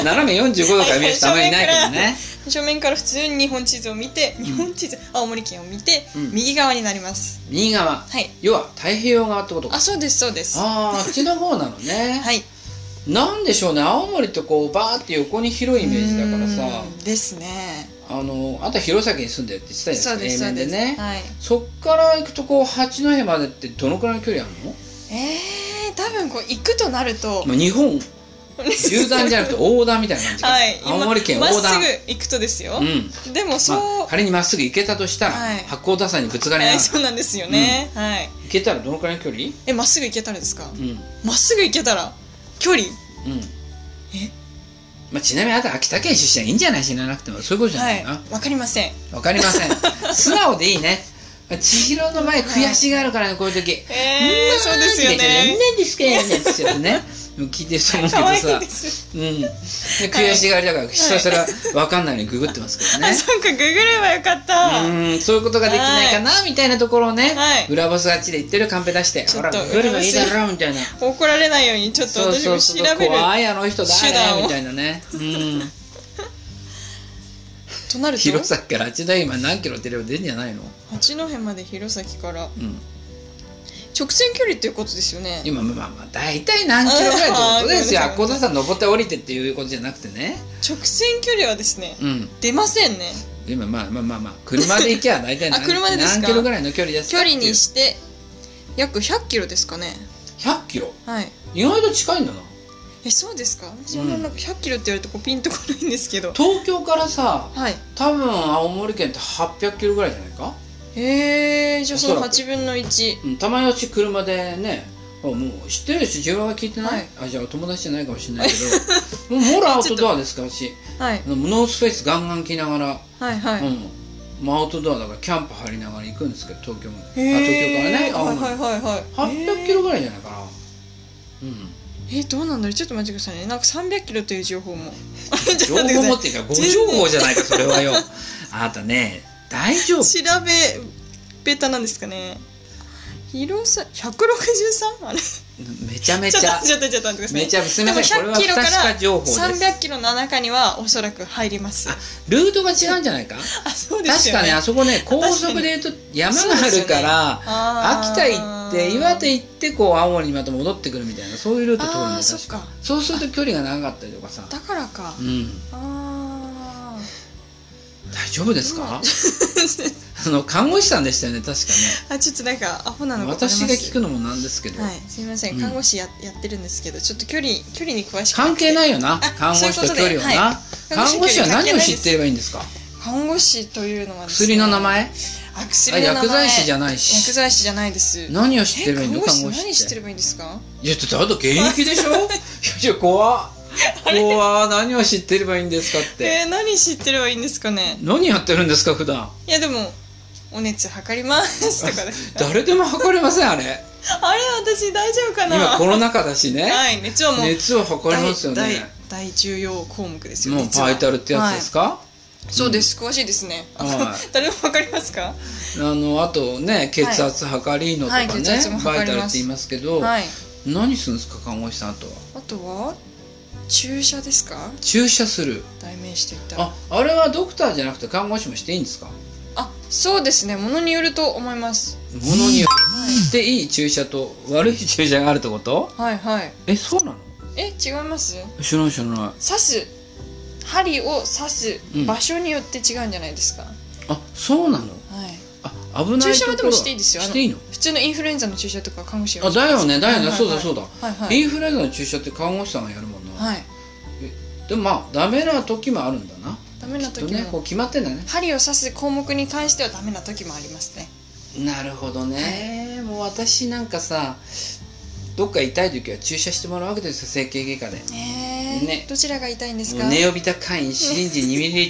斜め45度から見る人あまりいないけどね正面から普通に日本地図を見て日本地図青森県を見て、うん右側になります右側はい要は太平洋側ってことかあそうですそうですはあーあっちの方なのね、いなんでしょうね青森ってこうバーって横に広いイメージだからさうーんですねあのあんた弘前に住んでるって言ってたじそゃうないでですすかそう平面でですねはい、そっから行くとこう八戸までってどのくらいの距離あるの、えー、多分こう行くとなるとまあ、日本縦断じゃなくて横断みたいな感じ <laughs> か、はい今青森県まっ横す断ぐ行くとですよう、んでもそう、まあ、仮にまっすぐ行けたとしたら、はい八甲田山にぶつかりなはがらい、行そうなんですよね、はいけたらどのくらいの距離えまっすぐ行けたらですかうんうんまっすぐ行けたら距離えまあ、ちなみにあなた秋田県出身はいいんじゃない知らなくてもそういうことじゃはないいかな、わかりませんわかりませ <laughs> ん素直でいいね千尋の前悔しがあるからねこういう時えー、そうですよみんねなですけどねって言っちゃ <laughs> ってね。でも聞いてると思うけど可愛いさで。すうん。で悔しがりだから、ひたすら分かんないのにググってますけどあ、ね。そっか、ググればよかった。うん、そういうことができないかなみたいなところをね、はい裏ボスあっちで言ってるカンペ出して、ちほょっら、とググればいいだろうみたいな。怒られないように、ちょっとそう私そもうそう調、べる。怖いあの人だ手段をね、みたいなね。 <laughs> うん。となると、弘前からあっちだ今何キロ出れば出るんじゃないの八戸まで弘前からうん。直線距離っていうことですよね。今、まあまあ、大体何キロぐらいってことですよ。あーあっこさん登って降りてっていうことじゃなくてね。直線距離はですね、うん。出ませんね。今まあまあまあまあ車で行けば大 <laughs> 体あ何車でですか何キロぐらいの距離です距かってい離うにして、約100キロですかね。 100キロはい。意外と近いんだなえ、そうですかそんななんか100キロって言われるとこうピンとこないんですけど。東京からさはい。多分青森県って800キロぐらいじゃないか、へえー、じゃあそおのそらく8分の1。うん、たまよち車でねあもう知ってるし自分は聞いてない、はいあじゃあ友達じゃないかもしれないけど <laughs> もうモラアウトドアですから私はい。あのノースフェイスガンガン着ながら、はいはい。うん、もうアウトドアだからキャンプ張りながら行くんですけど東京まで、あ東京からへねー青はい森、はいはいはい。 800キロぐらいじゃないかなうんえどうなんだろうちょっと待ってくださいねなんか300キロという情報 <laughs> も情報持ってるから <laughs> ご情報じゃないかそれはよあなたね大丈夫調べベタなんですかね広さ 163? あれちめちゃめょっちゃとちょっとちょっと待ってくださいめちゃすみませんこでれもは100キ不ロか確から情報です300キロの中にはおそらく入りますあルートが違うんじゃないかそうです確よねかねあそこね高速で言うと山があるから、あ秋田ー行って岩手行ってこう青森にまた戻ってくるみたいなそういうルート通るんあだあよそっ確かかそうすると距離が長かったりとかさだからか、うんああ大丈夫ですか <laughs> あの看護師さんでしたよね確かあちょっとなんかアホなねのか私が聞くくのもなんですけど、はいすみません看護師や,、やってるんですけどちょっと距離距離に詳しく関係いないよなあ看護師と距そういうこ離はな、とではい看護師は何を知ってればいいんですか看護師というのはですね薬の名前あ薬の名前あ薬剤師じゃないし薬剤師じゃないです何を知ってるえん看だ護看師護何師知っっててればいいんですかいやだってあと現役でし <laughs> ょいやいや怖っ怖っ何を知ってればいいんですかってえー、何知ってればいいんですかね何やってるんですか普段いやでもお熱測りますとか <laughs> で誰でも測れませんあれあれ私大丈夫かな今コロナ禍だしねはい熱はもう熱を測りますよね大大大重要項目ですよもう熱はバイタルってやつですか、はいそうです詳しいですね、は <laughs> 誰でもわかりますかあのあとね血圧測りのとかね、はい血圧も測バイりますタルって言いますけど、はい何するんですか看護師さんとはあとは注射ですか注射する代名していたあああれはドクターじゃなくて看護師もしていいんですかもそうですねものによると思いますのによっていい注射と悪い注射があるってことはいはいえそうなのえ違います知らない知らない刺す針を刺すうん場所によって違うんじゃないですか、あそうなはのいあ危ないところ注射はでもしていいですよあのしていいの普通のインフルエンザの注射とか看護師があだよねだよね、そうだそううだ、はいはイいンフルエンザの注射って看護師さんがやるもんな、はいでもまあダメな時もあるんだなダメなきっと時ねこもう決まってんだね針を刺す項目に関してはダメな時もありますねなるほどね、もう私なんかさどっか痛い時は注射してもらうわけですよ整形外科でえー、ねどちらが痛いんですもかうネオビタカインシリン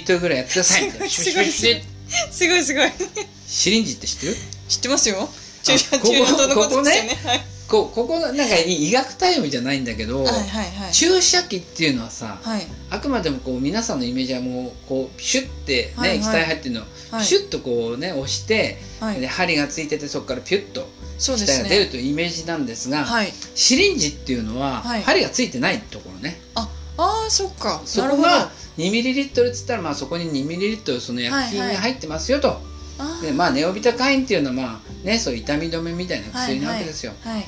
ジ 2ml ぐらいやってくださいみたい <laughs> なすごいすごい <laughs> すごいすごいシリンジって知ってる知ってますよ注射ここ中ののことですよねこうここなんか医学タイムじゃないんだけど、はいはいはいはい注射器っていうのはさはいあくまでもこう皆さんのイメージはもうこうピシュッてね、はいはい液体入ってるのをはピいシュッとこうね押して、はいで針がついててそこからピュッとそうで液体すが出ねるというイメージなんですが、はいシリンジっていうのははい針がついてないところね、ああそっかそなるこほどが 2ml っつったらまあそこに 2ml その薬品はいはいが入ってますよと、あーでまあネオビタカインっていうのはまあねそう痛み止めみたいな薬なわけですよ、はい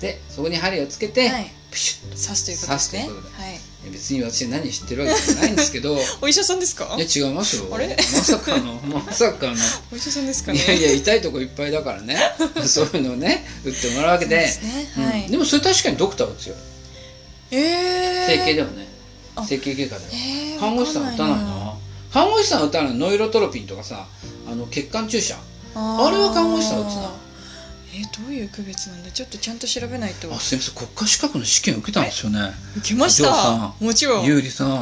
でそこに針をつけて、はいプシュッと刺すということですね刺すということはい別に私何知ってるわけじゃないんです <laughs> けどいお医者さんですかや違いますよあれ <laughs> まさかのまさかのお医者さんですかいねやいや痛いとこいっぱいだ <laughs> からねそういうのをね打ってもらうわけそうでですねはういんでもそれ確かにドクター打つよえー整形でもねあ整形外科でもえー看護師さん打たないな看護師さん打たないノイロトロピンとかさあの血管注射あーあれは看護師さん打つなえー、どういう区別なんだちょっとちゃんと調べないとあすみません国家資格の試験受けたんですよね受けましお嬢さたもちろんゆやうりさ <laughs> ん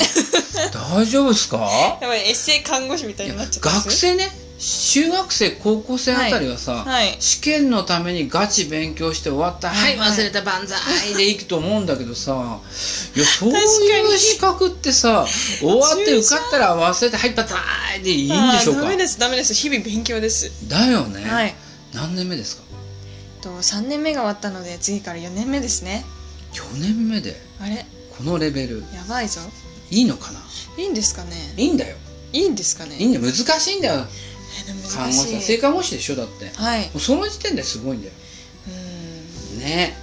大丈夫ですかばいエッセイ看護師みたいになっちゃったん学です生ね中学生高校生あたりはさ、はい試験のためにガチ勉強して終わった「はい、はい忘れた万歳」でいくと思うんだけどさいやそう確かいうに資格ってさ終わって受かったら忘れて「はいバター」でいいんでしょうあーダかメですダメです日々勉強ですだよね、はい何年目ですかと3年目が終わったので次から4年目ですね4年目であれこのレベルやばいぞいいのかないいんですかねいいんだよいいんですかねいいんだよ難しいんだよえでも看難護師さんし正い看護師でしょだってもはいうその時点ですごいんだよーんね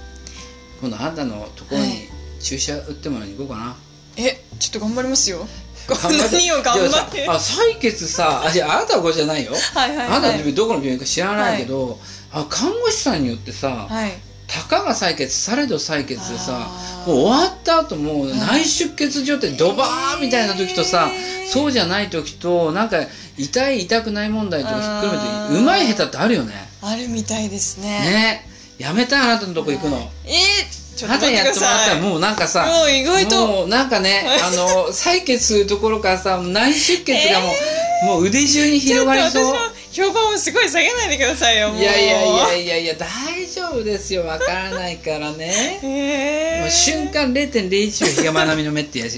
今度あんたのところはにい注射打ってもらいに行こうかな、えちょっと頑張りますよ頑張って何を頑張ってでもさあ採血さあじゃああなたはこれじゃないよ、はいはいあなはたいはどこの病院か知らないけど、あ看護師さんによってさ、はいたかが採血されど採血でさあーもう終わった後もうはい内出血状態ドバーみたいな時とさ、えーそうじゃない時となんか痛い痛くない問題とかひっくるあめてーうまい下手ってあるよねあるみたいですねねやめたいあなたのとこ行くの、はいえー、ちょあっとなた待にってやくだってもらったさいらもうなんかさもう意外ともうなんかねあの採血するところからさ内出血がもう、もう腕中に広がりそうちょっと私の評判をすごい下げないでくださいよもういやいやいやいやいや大丈夫ですよわからないからねへえもう瞬間0.01秒比嘉愛未の目ってやつ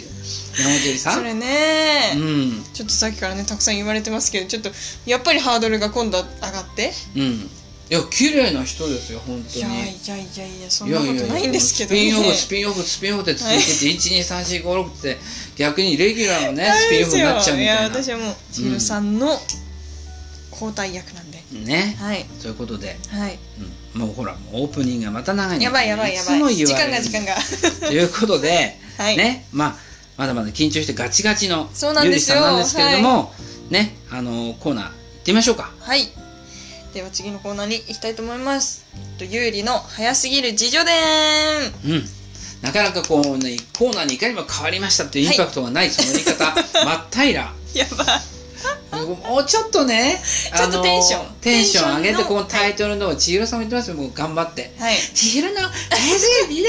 山本ゆりさそんれね、うんちょっとさっきからねたくさん言われてますけどちょっとやっぱりハードルが今度は上がってうんいや綺麗な人ですよ本い当やいにやいやいやそんなことないんですけどスピンオフねスピンオフスピンオフって続いてて、一二123456って逆にレギュラーのねスピンオフになっちゃうみいたやいな私はもう千尋さんの交代役なんで、ねはいということではいうんもうほらもうオープニングがまた長いのやばいやばいやばつもい言時われ間るが時間がということで、 <laughs> はい、ねまあまだまだ緊張してガチガチのそうなんゆでりすさよんなんですけれども、ねあのコーナー行ってみましょうかはいでは次のコーナーに行きたいと思いますと有利の早すぎる自助伝うんなかなかこうね <laughs> コーナーにいかにも変わりましたっていうインパクトがないその言い方、真っ平やばいもうちょっとねちょっとテンションあのテンション上げテンションのてこのタイトルの千尋さんも言ってますよもう頑張ってはい「千尋の大好き見れて!」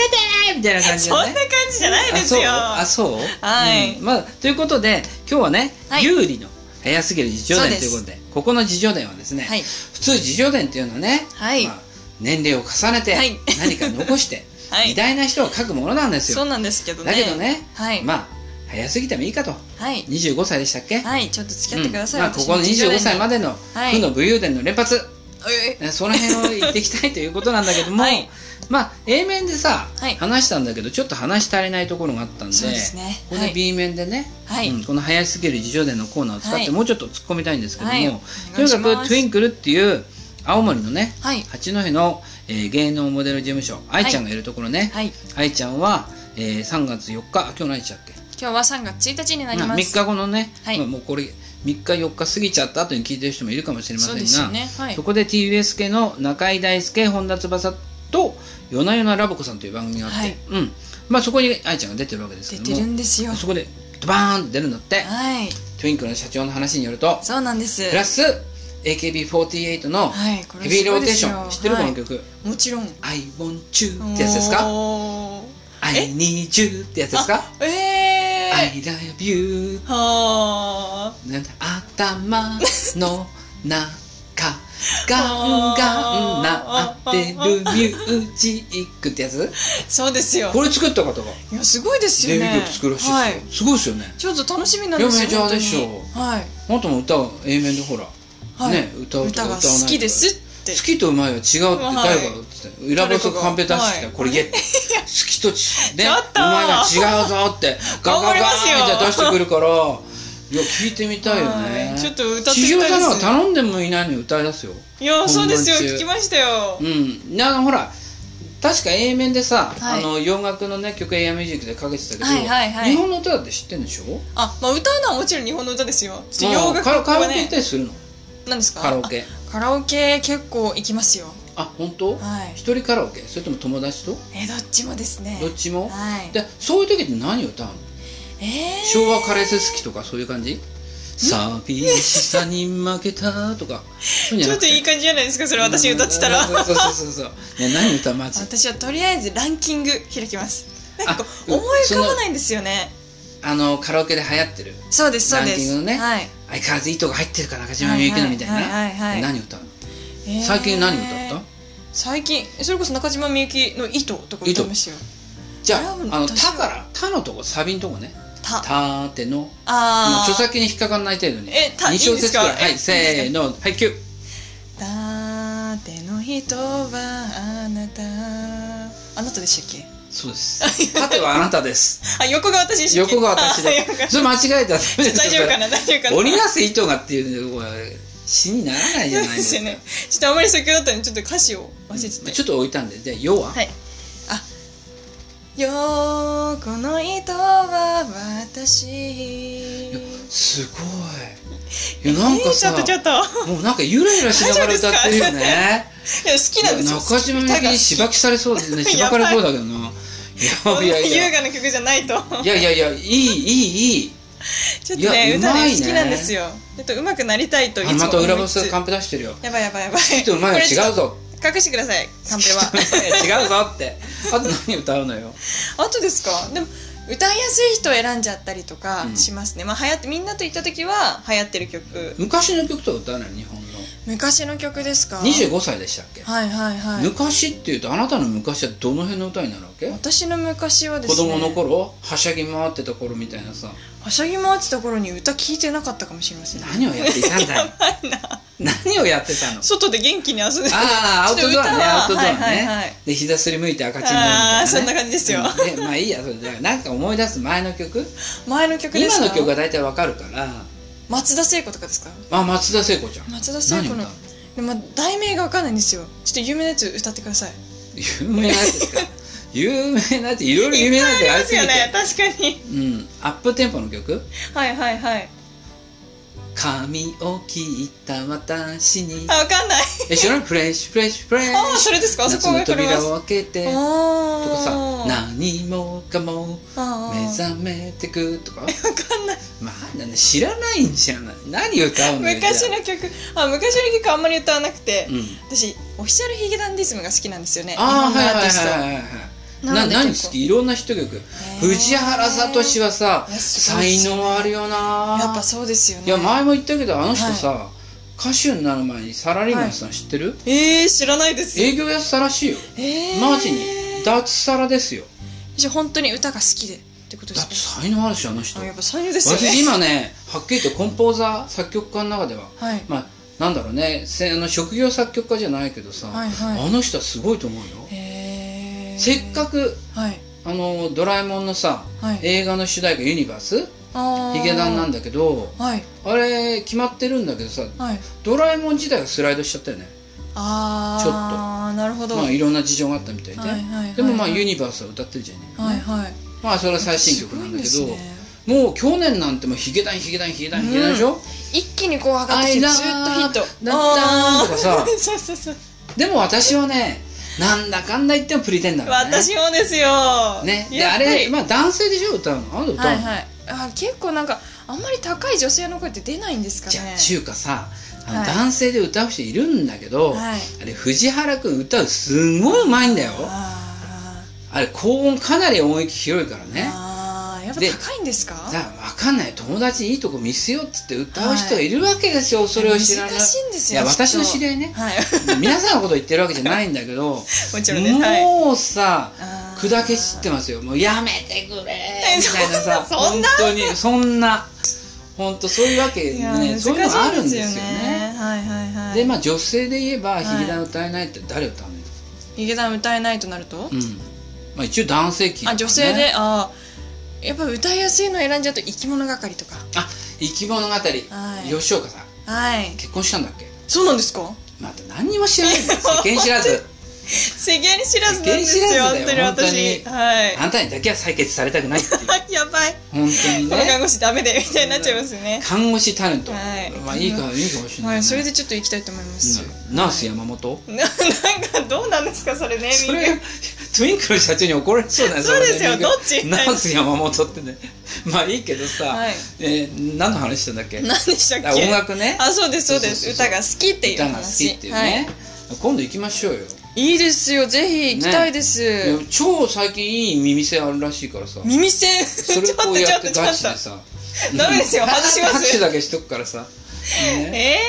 みたいな感じそでんな感 <laughs> ねじじゃないですよあそうあそうはいうんまあ、ということで今日はね、はい有利の早すぎる自叙そう伝ですということでここの自叙伝はですね、はい普通自叙伝っていうのはね、はいまあ、年齢を重ねてはい何か残して、 <laughs> はい偉大な人が書くものなんですそようなんですけどねだけどね、はい、まあ早すぎてもいいかとはい25歳でしたっけ、はいちょっと付き合ってください、うんまあ、ここの25歳まででのはい負の武勇伝の連発、えねその辺を言っていきたいということなんだけども、 <laughs> はいまあ A 面でさ、はい話したんだけどちょっと話し足りないところがあったんでそうですねここで B 面でね、はいうんこの「早すぎる自叙伝」のコーナーを使っはていもうちょっと突っ込みたいんですけども、はいとにかくお願いしますトゥインクルっていう青森のねはい八戸の、えー芸能モデル事務所愛ちゃんがいるところね、はい愛ちゃんは、えー3月4日あ今日何日だっけ今日は3月1日になりままあす3日後のね、はいまあもうこれ3日4日過ぎちゃった後に聞いてる人もいるかもしれまそせんうがですよねはいそこで TBS 系の中井大輔本田翼と「夜な夜なラブ子さん」という番組があって、はいうんまあ、そこに愛ちゃんが出てるわけですけ出どてもるんですよそこでドバーンって出るんだってはいトゥインクルの社長の話によるとそうなんですプラス AKB48 のはいこれヘビーローテーシすごいョンですよ知ってるこはのい曲もちろん「I want you」ってやつですかおー「I need you」ってやつですかえ「え I love you は」なんだ頭の中ガンガンなってるミュージックって <laughs> やつあそうですよこれ作った方がいやすごいですデよビューね曲作るらしいはですよすごいですよねちょっと楽しみなんですよいやメジャーでしょ本当にはいあなたも歌は A 面でほらはいね歌うと歌か歌わがないとか好きですって好きとうまいは違うって誰はいかが言ってたよ裏細カンペ出してきはたいこれ言えって好きとちでうちょまいっとが違うぞってガガガ頑ーン張りますよって出してくるからいや聞いてみたいよはねいちょっと歌ってみ地たいで上すさんの方が頼んでもいないのに歌い出すよいやそうですよ本番中聞きましたようんなあのほら確か A 面でさ、はいあの洋楽のね曲 A アミュージックでかけてたけど、はいはいはい日本の歌だって知ってんでしょあまあ歌うのはもちろん日本の歌ですよちょっと洋楽カラとカかラオケ行ねったりするの何ですかカラオケあカラオケ結構行きますよあ本当、はい一人カラオケそれとも友達とえどっちもですねどっちも、はいでそういう時って何を歌うのえー昭和カレー好きとかそういう感じ寂しさに負けたとかそうちいうんじょゃなっくとていい感じじゃないですかそれ私歌ってたらうんそうそうそうそうね何歌うマジ私はとりあえずランキング開きますなんかこうあ思い浮かばないんですよねあのカラオケで流行ってるそうですそうでランキンすグのねはい相変わらず糸が入ってるから中島みゆきのみたいな、はいはいはいはい何歌うの、えー最近何歌った最近それこそ中島みゆきの「糸」とか歌いましたよじゃあラブのあの「確かた」から「た」のとこサビのとこね「 「た」た」ってのもうあ著ー作権に引っかからない程度にえた二小節くらいいいんですかはいえせーのはいキューだっての人はあなたあなたでしたっけそう <laughs> です「た」てはあなたですあ横が私でしたっけ横が <laughs> 私あで横がそれ間違えたらダメで <laughs> す大丈夫かな大丈夫かな織りなす糸がっていうのは死にならないじゃないですそうかねちょっとあまり先ほどだったのでちょっと歌詞を忘れてて、ちょっと置いたんでじゃあ「要は」はいあよーこの糸は私いやすごいいやなんかさ、えーちょっとちょっと <laughs> いやもうなんかゆらゆらしながら歌ってるよね好きなんですよ中島みゆきにしばきされそう <laughs> ですねしばかれそうだけどな歌がいやいやい <laughs> 優や雅な曲じゃないといやいやいやいいいいいいちょっとねいや歌うまいねね好きなんですよちょっと上手くなりたいといつあもまた思い裏ボつスカンペ出してるよやばいやばいやばいちょっとうまいのこれちょっ違うぞと隠してくださいカンペは <laughs> 違うぞってあと何歌うのよあとですかでも歌いやすい人を選んじゃったりとかうんしますね、まあ流行ってみんなと行った時は流行ってる曲昔の曲とか歌わないの日本の昔の曲ですか25歳でしたっけ、はいはいはい昔っていうとあなたの昔はどの辺の歌になるわけ、私の昔はです子ね供の頃はしゃぎ回ってた頃みたいなさはしゃぎ回ってた頃に歌聞いてなかったかもしれません何をやっていたんだ <laughs> よ何をやってたの外で元気に遊んでああアウトドアねアウトドアね、はいはいはいで膝すりむいて赤チンになるみたいな、ね、あーそんな感じですようんねまあいいやそれでなんか思い出す前の曲前の曲です今かの曲が大体わかるから松田聖子とかですかあ松田聖子ちゃん松田聖子何の歌うのでも題名がわかんないんですよちょっと有名なやつ歌ってください有名なやつ <laughs> ですか有名なやついろいろ有名なやつがありすぎて、確かにうん、アップテンポの曲はいはいはい髪を切った私にあわかんないえ知らないフレッシュフレッシュフレッああシそれですュかあそ夏このがこれ扉はを開けてとあかさー何もかもあ目ー覚めてく <laughs> とかわかんないまあなんだ知らないんじゃない何歌うのよ昔じゃの曲あ昔の曲あんまり歌わなくて、あうん私オフィシャルヒゲダンディズムが好きなんですよねああはいはい日本のアーはいはいティストななので何結構好きいろんな人曲藤原聡ははさいやすごいで才すよね能あるよなやっぱそうですよねいや前も言ったけどあの人さ、歌手になる前にサラリーマンさん知ってる、えー、知らないです営業やってたらしいよえー、マジに脱サラですよじゃあ本当に歌が好きでってことでだっすてか才能あるしあの人あやっぱ才能ですよ私ね今ねはっきり言ってコンポーザー作曲家の中でははいまあなんだろうねせあの職業作曲家じゃないけどさ、はいはあの人はすごいと思うよ、いへーせっかくはいあのドラえもんのさはい映画の主題歌「ユニバース」あヒゲダンなんだだけどはいあれ決まってるんだけどさはいドラえもん自体がスライドしちゃったよねあちょあなるほど、まあいろんな事情があったみたいで、はいはいはいはいでもまあユニバースは歌ってるじゃんね、はいはいまあそれは最新曲なんだけすど、ごいですねもう去年なんてもうヒゲダンヒゲダンヒゲダンヒゲダンでしょ、一気にこう上がってきて I ず love ーっとヒットだったーとかさあー <laughs> そうそうそうでも私はねなんだかんだ言ってもプリテンダーだね私もですよねでやあっぱりれまあ男性でしょ歌うのあなた歌うの、はいはいあ結構なんかあんまり高い女性の声って出ないんですかねじゃあ中華さあのはい男性で歌う人いるんだけど、はいあれ藤原君歌うすんごいうまいんだよああれ高音かなり音域広いからーねあーやっぱで高いんですかだから分かんない友達にいいとこ見せようっつって歌う人がいるわけですよ、それを知らない難しいんですいよや私の知り合い合いねはい <laughs> 皆さんのこと言ってるわけじゃないんだけどももちろんですはいうさあー砕け散ってますよもうやめてくれみたいなさそんな本当にそんな本当そういうわけいやねそういうのがあるんですよ難しいねはいはいはいででまあ女性で言えばいヒゲダン歌えないって誰歌うのよヒゲダン歌えないとなるとうんまあ一応男性キーだからあね女性であーやっぱ歌いやすいの選んじゃうと生き物係とかあ生き物語はい吉岡さんはい結婚したんだっけそうなんです <laughs> かまた何にも知らないんだ <laughs> よ世間知らず世間知らずなんですよ世間本知らず当だによ私本当はい <laughs> あんたにだけは採血されたくないっていうやばい本当にこの看ね護師ダメでみたいになっちゃいますね看護師タレント、はいまあいいかいいかもしれない、はねいそれでちょっと行きたいと思いますうんナース山本、ななんかどうなんですかそれねそみんなれトゥインクル社長に怒られそうだよそうですよれねどっちナース山本ってねまあいいけどさ、はいえー何の話したんだっけ何でしたあっけ音楽ねあそうですそうでそすうそうそう歌が好きっていう歌話が好きっていうね、今度行きましょうよ、はい、いいですよぜひ行きたいです、いや超最近いい耳栓あるらしいからさ耳栓そちょっれとちこうょやっっと <laughs> てちょっガとチでさダメですようん外します拍手だけしとくからさ、ね、え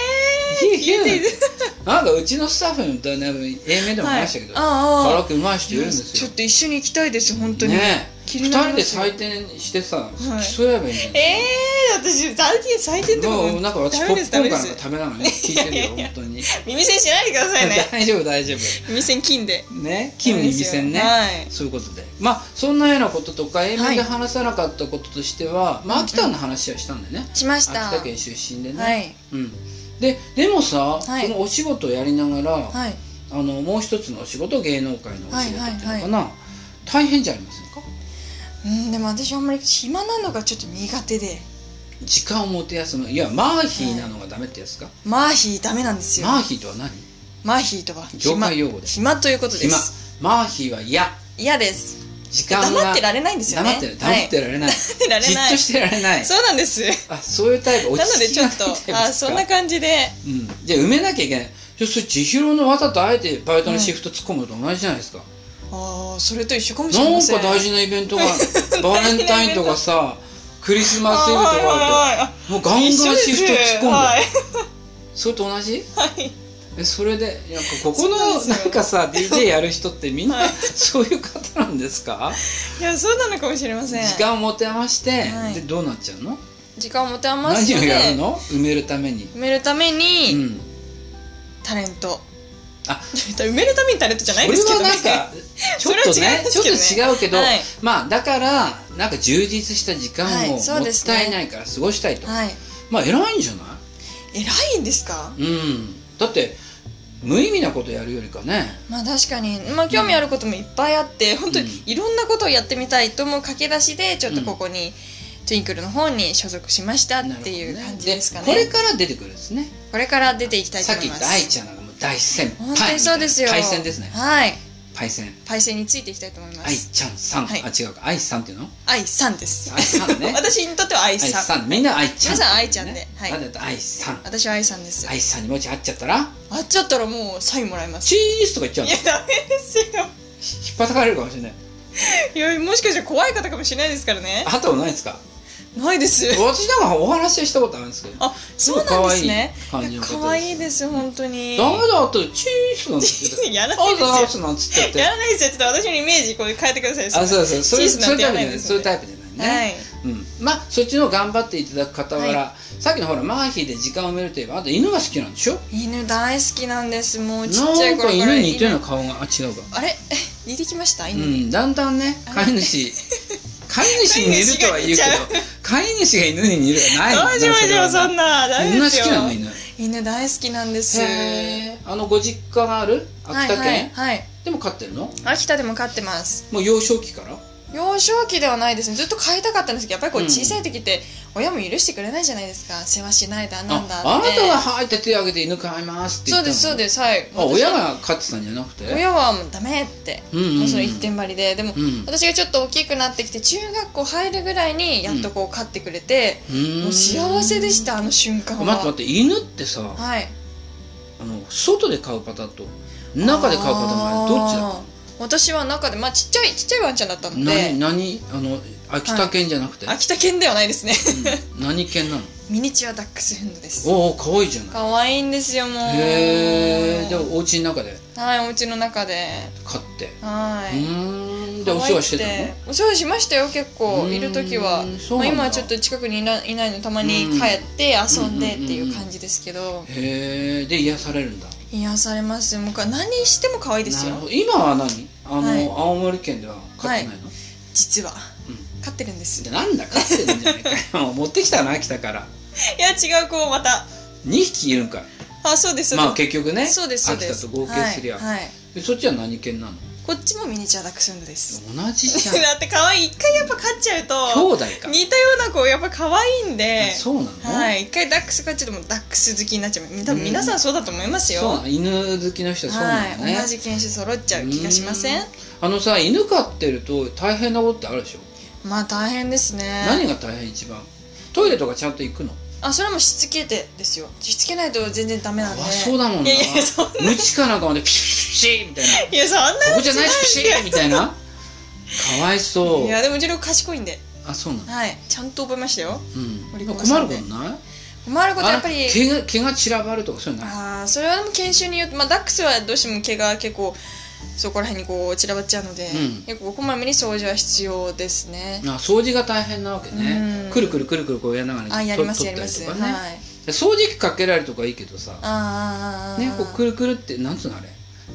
えー、いやいや聞いてなんかうちのスタッフのだね A 面でも話したけど、はいああカラオケうまい人いるんですちょよっと一緒に行きたいです本当に、ね気二になり人まですよ採点してさ、い競い合えばいいんじゃないええー、私最近最低ってこもとうなんか私ダポメップですダコーンメでかなんかす食べながらね聞いてるよいやいや本当に耳栓しないでくださいね <laughs> 大丈夫大丈夫耳栓金でね金耳栓ね、はいそういうことでまあそんなようなこととか A は面いで話さなかったこととしては、まあ秋田の話はしたんだよね、しまし秋た田県出身でね、はいうんででもさ、はいそのお仕事をやりながら、はいあのもう一つのお仕事芸能界のお仕事っていうのかな、はいはい大変じゃありませんかうんでも私あんまり暇なのがちょっと苦手で時間を持て休むいやマーヒーなのがダメってやつか、マーヒーダメなんですよマーヒーとは何マーヒーとは業暇界用語で暇ということで今すマーヒーは嫌嫌です時間が黙ってられないんですよね黙ってる黙ってられない、はい、 <laughs> 黙ってじらっれなといしてられないそうなんですあそういうタイなプ落のちで着ちきょないっとタイプ <laughs> ですかあそんな感じでうん、じゃあ埋めなきゃいけないじゃあそれ千尋のわざとあえてバイトのシフト突っ込むのと同じじゃないですか、ああそれと一緒かもしなれんまかせん大事なイベント <laughs> がバレンタインとかさクリスマスイブとかああるともうガンガン一緒ですシフト突っ込んで、はいそれと同じはいえそれでなんかここのそうなんですよなん <laughs> かさ DJ やる人ってみんな、はいそういう方なんですかいやそうなのかもしれません時間を持て余して、はいでどうなっちゃうの時間を持て余何してをやる埋の埋めるために、めるためうにん、タレントあ <laughs> 埋めるためにタレントじゃないですけどねそれはなんかちょっとそれは違いねますちょけどねっと違うけど、はいまあだからなんか充実した時間はをもいそうですっねたいないから過ごしたいと、はいまあ偉いんじゃない偉いんですかうんだって無意味なことやるよりかねまあ確かに、まあ、興味あることもいっぱいあって、本当にいろんなことをやってみたいと思う駆け出しでちょっとここに、トゥインクルの方に所属しましたっなるほどてねいう感じですかねこれから出てくるんですねこれから出ていきたいとさっ思きい言まった愛すちゃんなんかもう大先輩本当にそうですよパイセンですねはいパイセンパイセンについていきたいと思いま愛すちゃんさん、はいあ違うか愛さんっていうの愛さんです愛さんね <laughs> 私にとっては愛愛さんさんみんな愛ちゃん皆さん愛ちゃんではいなんだった愛さん私は愛さんです愛さんにもし会っちゃったら会っちゃったらもうサインもらいますチーズとか言っちゃういのやダメですよ引っ張たかれるかもしれないいやもしかしたら怖い方かもしれないですからねあったことないですかないです私なんかお話ししたことあるんですけどあそうなんですねすごい可愛い感じの方です可愛いです本当にダメだったらチーズなんて言って <laughs> やらたないですよあそうなんつってってやらないですよちょっと私のイメージこれ変えてくださいあそうそうそういうチーズそなうんていうタやらイないプじゃなでいすそういうタイプじゃないね、はいうん、まあそっちの頑張っていただく傍ら、はさっきのほらマーヒーで時間を埋めるといえばあと犬が好きなんでしょ犬大好きなんですもうちっちゃないんか頃から犬に似てるの顔があ違うかあれ <laughs> え似てきましたう犬、んだんだんね飼い <laughs> 主飼い主に似るとは言うけど飼い飼い主が犬に似るはないどうしましょうそんななダメで犬好すよきなの犬犬大好きなんですへーあのご実家がある秋田県、はいはい、はい、でも飼ってるの秋田でも飼ってますもう幼少期から幼少期ではないですねずっと飼いたかったんですけどやっぱりこううん小さい時って親も許してくれないじゃないですか世話しないだなんだってああなたが「はい」って手を挙げて犬飼いますって言そっうたでのすそうですはいあ親が飼ってたんじゃなくて親はもうダメって、うんうんうんもうそれ一点張りででも、うん私がちょっと大きくなってきて中学校入るぐらいにやっとこう飼ってくれて、うーんもう幸せでしたあの瞬間あは待って待って犬ってさ、はいあの外で飼うパターンと中で飼うパターンがあるどっちだっあー私は中でまあちっちゃいちっちゃいワンちゃんだったたのの何で何あの秋田犬じゃなくて、秋田犬ではないですねうん <laughs> 何犬なのミニチュアダックスフンドですおお可愛いじゃない可愛いんですよもうへえでもお家の中ではいお家の中で飼って、はういーんでお世話してた可愛くのお世話しましたよ結う構ーんいる時はそうまあなん今だはちょっと近くにいないないのたまに帰って遊んでっていう感じですけどへえで癒されるんだ癒されますよもうか何しても可愛いですよなるほど今は何あの、はい青森県では飼ってないの、実はう飼ってるんですでなんだ飼ってるんじゃないかよ <laughs> 持ってきたな秋田からいや違う子をまた2匹いるんかいあそうですそうですまあ結局ねそうですそう秋で田すと合計すりゃ、はいはいでそっちは何犬なのこっちもミニチュアダックスフンドです同じじゃん <laughs> だって可愛い一回やっぱ飼っちゃう兄と弟か似たような子やっぱ可愛いんであそうなの、はい一回ダックス飼っちゃうともうダックス好きになっちゃう多う分ん皆さんそうだと思いますよそうなの犬好きの人はそうなのね、はい、同じ犬種揃っちゃう気がしませんうあのさ犬飼ってると大変なことってあるでしょ、まあ大変ですね何が大変一番トイレとかちゃんと行くのあそれはもうしつけてですよしつけないと全然ダメなんであそうだもんいなやいやそん無知かなんかまでピシッピシッみたいないやそんなここじゃないしピシッみたいなかわいそういやでもうちの子賢いんであそうなの、はいちゃんと覚えましたようおん、利困口るこさんとでない困ることあやっぱり毛が毛が散らばるとかそういうのないああそれはでも研修によって、まあ、ダックスはどうしても毛が結構そこら辺にこう散らばっちゃうので、うん結構こまめに掃除は必要ですねあ掃除が大変なわけねうんくるくるくるくるこうやりながらあやりますや取り取まったすりはいとかね、掃除機かけられるとかいいけどさあーあーあーあーねこ <laughs> うくるくるってなんつうのあれ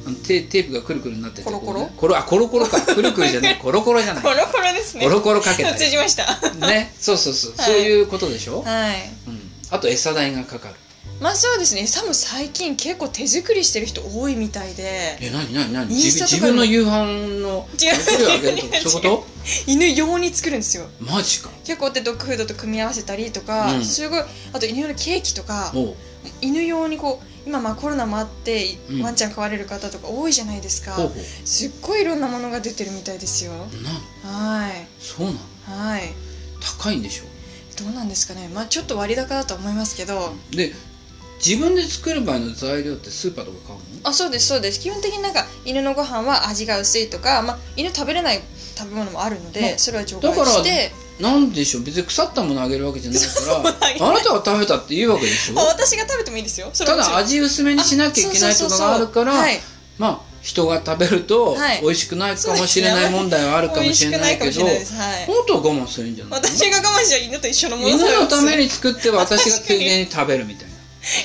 あのテテープがくるくるになっててコロコロこうねコロあコロコロかくるくるじゃ <laughs> ないコロコロじゃないコロコロですねコロコロかけたり通じましたはねそうそうそう、はいそういうことでしょ、いうん、あと餌代がかかるまあそうですね餌も最近結構手作りしてる人多いみたいでえなになになにインス自タ分と自かで分もの夕飯違うのお料理あげるとか違うそういうこ犬用に作るんですよとマジか結構でドッグフードと組み合わせたりとか、うんすごいあと犬用のケーキとかおう犬用にこう今まあコロナもあってうんワンちゃん飼われる方とか多いじゃないですか、ほうほうすっごいいろんなものが出てるみたいですよなのはいそうなのはい高いんでしょどうなんですかねまあちょっと割高だとは思いますけどで自分で作る場合の材料ってスーパーとか買うのあそうですそうです基本的になんか犬のご飯は味が薄いとか、まあ、犬食べれない食べ物もあるので、まあそれは除だ外からしてなんでしょう別に腐ったものあげるわけじゃ <laughs> ないからあなたが食べたっていいわけでしょあ私が食べてもいいですよそれたはもちろだん味薄めにしなきゃいけないとかがあるからあそうそうそうそうはいまあ人が食べるとはい美味しくないかもしれない問題はあるかもしれないけ美味しどくないかもしれないですはい本当は我慢するんじゃない私が我慢しちゃう犬と一緒のもの犬のためにに作って私がついでに食べるみたいな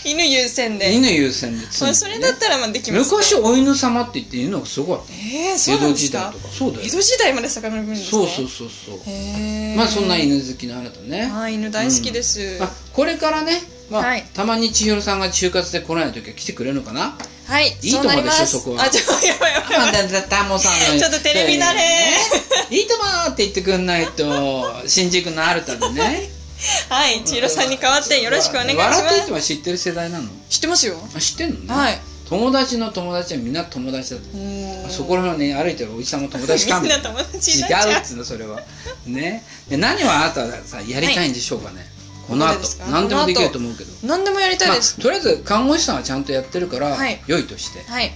犬優先で、犬優先でま常あ、にそれだったらまあできます昔お犬様って言って犬のがすごいえー、そ江うなんで戸す時代かとかそうだよ江戸時代まで遡るんですねそうそうそうそうへーまあそんな犬好きのあなたね、はい犬大好きです、まあ、これからね、まあはい <laughs> たまに千尋さんが就活で来ない時は来てくれるのかな、はい、いいそうなります。とこでしょそこはあ、ちょ、やばいやばいやばい。だだタモさんのちょっとテレビ慣れねいいともって言ってくんない <laughs> と新宿のアルタでねはい、千尋さんに代わってよろしくお願いしま笑っていいすと。は知ってる世代なの知ってますよ。あ知ってんのね、はい。友達の友達はみんな友達だとおーそこら辺ね歩いてるおじさんも友達かみみんたないな友達に違なっちゃううっつうのそれはねで何をあなたはさやりたいんでしょうかね、このここで後ですか何でもできると思うけど何でもやりたいまです、あ、とりあえず看護師さんはちゃんとやってるから、はい良いとしてはい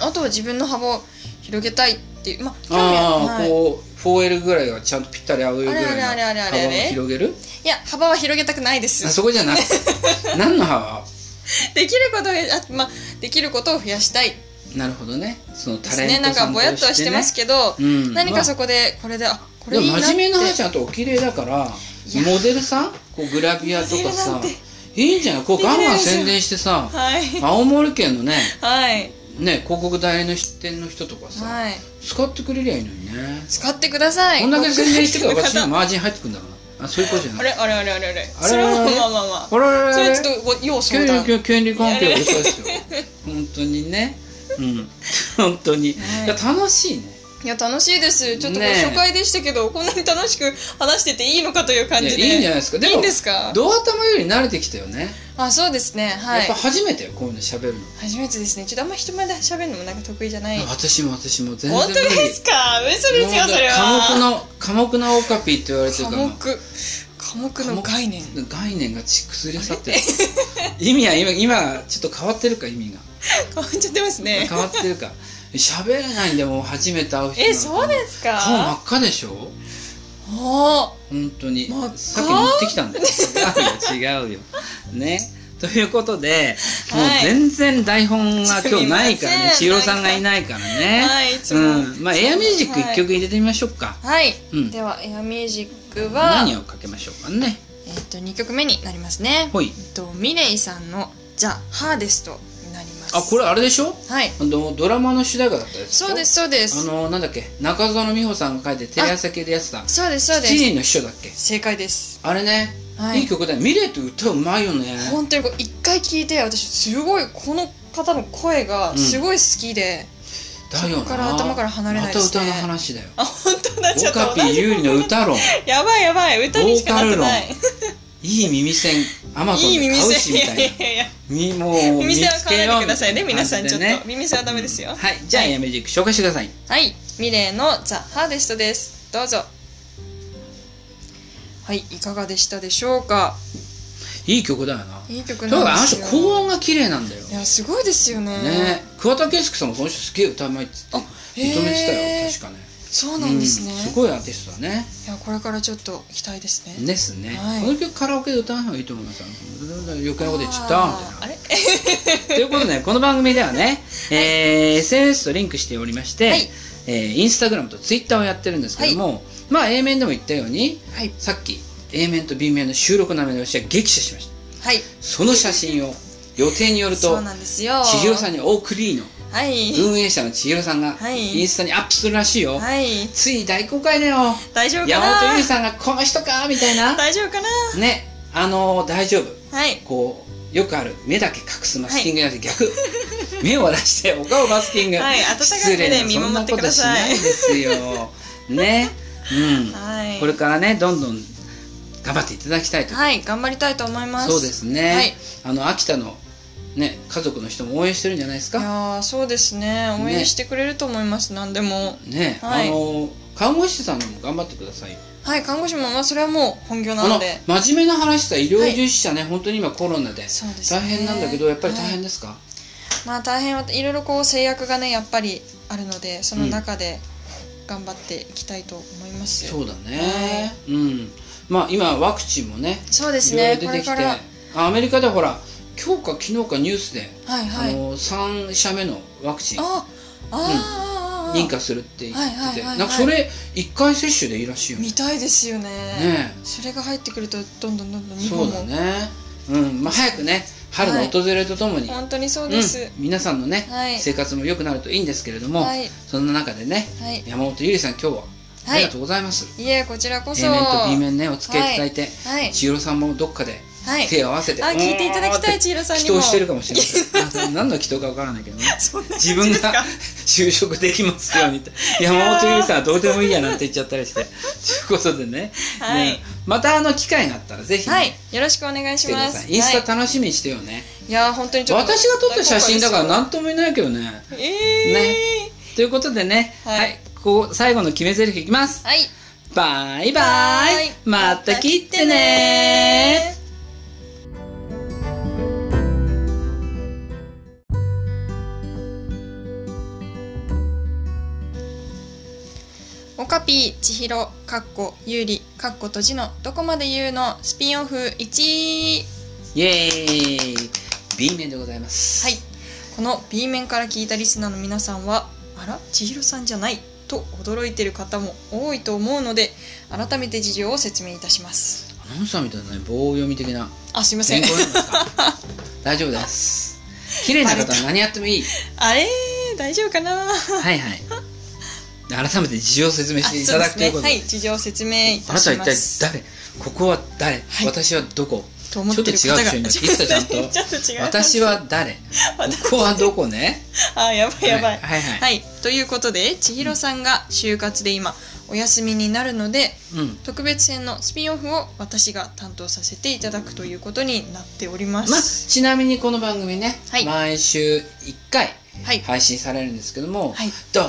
あとは自分の幅を広げたいっていうまあ興味ああ、はい、こう 4L ぐらいがちゃんとぴったり合うぐらいのあれあれあれあれあれ幅を広げるいや幅は広げたくないであすそこじゃなく <laughs> て何の幅できることをあ、まあ、できることを増やしたいなるほどねそのでタすレねンなんトかさんぼとやっとはしてますけど、うん何かそこでこれであこでれもいいなって真面目な話だとお綺麗だからいやモデルさんこうグラビアとかモさデルなんいいんじゃないこうガンガン宣伝してさはい青森県のねはいね広告代理の出店の人とかさ、はい使ってくれりゃいいのにね使ってくださいこんだけ宣伝してたらおかしいあマージン入ってくんだからあそういうことじゃないれ <laughs> あれあれあれあれあそれれあはれあれまあまあまああれあれそあれれはちょっとご要相権談利権利関係は嘘ですよ本当にねうん <laughs> 本当に、はいいや楽しいねいや楽しいですちょっとこれねえ初回でしたけど、こんなに楽しく話してていいのかという感いやじいでいんじゃないですかでもいいんですかドア玉より慣れてきたよね、あそうですねはやいっぱ初めてよこういうの喋るの、初めてですねちょっとあんま人前で喋るのもなんか得意じゃない私も私も全然本当ですか嘘ですよそれはもう寡黙な寡黙なオカピって言われてるから科目科目の概念概念がちくすり去っ <laughs> てる意味は今今ちょっと変わってるか意味が変わっちゃってますね変わってるか喋れないんだもう初めて会う人えそうでですか顔真っ赤でしょお本当に真っ赤さっき持ってきたんだよ違うよ違うよねということで、はいもう全然台本が今日ないからねす千み尋ませんさんがいないからね、はいいつもうん、まあエアミュージッはク一い曲入れてみましょうか、ーはい、うんではエアミュージックは何をかけましょうかねえっと2曲目になりますねほいえっとミレイさんの「ザ・ハーデスト」になりますあこれあれでしょはいあのドラマの主題歌だったやつそうですすそうですあのなんだっけ中園美穂さんが書いてテレ朝系でやってたそうですそうで七す人の秘書だっけ正解ですあれね、、はいいい曲だよミレイって歌うまいよね本当にこれ一回聞いて私すごいこの方の声がすごい好きで、だよなそっから頭から離れないですねまた歌の話だよあ本当だ <laughs> ちょオっとカピ有利の歌論 <laughs> やばいやばい歌にしかなって <laughs> ないボーいい耳栓アマゾンいいで耳買うし栓みいたやいいなやいやみもう耳栓は買わないでくださいね見皆つけさようちょっと、んみたいな感じでね耳栓はダメですよはいじゃあはいやめていく紹介してくださいはい、ミレーのザ・ハーデストです。どうぞ。はい、いかがでしたでしょうか。いい曲だよないい曲そうなだんあのです人よ。高音が綺麗なんだよいや、すごいですよね。ね桑田佳祐さんもこの人すげえ歌うまいっつってあ認めてたへよー確かねそうなんですね。うんすいごいアーティストだねや、これからちょっと期待ですね。ですね、はいこの曲カラオケで歌うのがいいと思いますよ余計なこと言っちゃったみたいなあーあれとい <laughs> うことで、この番組ではね、えー SNS とリンクしておりまして、はいえーインスタグラムとツイッターをやってるんですけども、まあ A 面でも言ったように、はい。さっき A 面と B 面の収録の目のしは激写しました。はい。その写真を予定によるそとう、なんですよ。千尋さんにオークリーのはい。運営者の千尋さんがはいインスタにアップするらしいよ。はい。つい大公開だよ。大丈夫か山本な優さんがこの人かみたいな。大丈夫かなね、あのー大丈夫。はい。こうよくある目だけ隠すマスキングじゃなくて <laughs> 逆、目を出してお顔マスキング、はい温かい目で見守ってください失礼なそんなことしないですよね、うんはい。これからねどんどん頑張っていただきたいと、はい、頑張りたいと思います。そうですね、はいあの秋田のね家族の人も応援してるんじゃないですいやかーそうですね。応援してくれると思います。何でも。ね、はいあの看護師さんも頑張ってくださいよはい、看護師も、まあ、それはもう本業なあのので。真面目な話した医療従事者ね、本当に今コロナでそうですね大変なんだけどやっぱり大変はいですか、まあ、大変はいろいろこう制約がね、やっぱりあるので、その中で頑張っていきたいと思います。そうだね、うんまあ今ワクチンもねそうですいろいねろ。出こてれきてから。あアメリカでほら今日か昨日かニュースで、はいはあい。の3社目のワクチンあ、ああ、認可するって言っててはいはいはいはいなんかそれ1回接種でいいらしいよね見たいですよね。ねそれが入ってくると、どんどんどんどんえ日そ本うだも。ねうんまあ早くね春の訪れとともに、本当にそううでんす。皆さんのね、はい生活も良くなるといいんですけれども、はい。そんな中でねはい。山本ゆりさん今日はあはりいがと。うございます、いえ、こちらこそ。 A 面と B は面ねお付き合いいただいて、い。千尋さんもどっかではい手を合わせてあ聞いていただきたおーいって千尋さんに祈も祷してるかもしれ <laughs> ませんあ何の祈祷かわからないけどねそんな感じ自分ですかが <laughs> 就職できますようにって山本ゆりさんはどうでもいいやなんて言っちゃったりしてということでね,、はいねまたあの機会があったらぜひね、はいよろしくお願い来してくまだすさいインはいスタ楽しみにしてよね、いやー本当にちょっと私が撮った写真だからな何とも言えないけどねえー、ねということでねはいここ最後の決め台詞いきますはいバイバイまた来てねオカピー千尋かっこ有利かっこ閉じのどこまで言うのスピンオフ1位イエーイ B 面でございますはいこの B 面から聞いたリスナーの皆さんはあら千尋さんじゃないと驚いている方も多いと思うので改めて事情を説明いたしますアナウンサーみたいなね棒読み的なあすいませ全ん校なんですか大丈夫です綺麗な方は何やってもいいあれー大丈夫かなはいはい改めて事情を説明していただくということであそうですねはい事情を説明いあたなたはし一ま体す誰ここは誰、はい私はどこと思ってる方ちょっと違うが人今聞いてたちゃん <laughs> とちょっと違う私は誰ここはどこねあやばい <laughs> やばい、はいはい、はいはい、ということで千尋さんが就活で今お休みになるのでうん特別編のスピンオフを私が担当させていただくということになっておりままあ、す。ちなみにこの番組ね、はい毎週1回はい、配信されるんですけども、はい、ど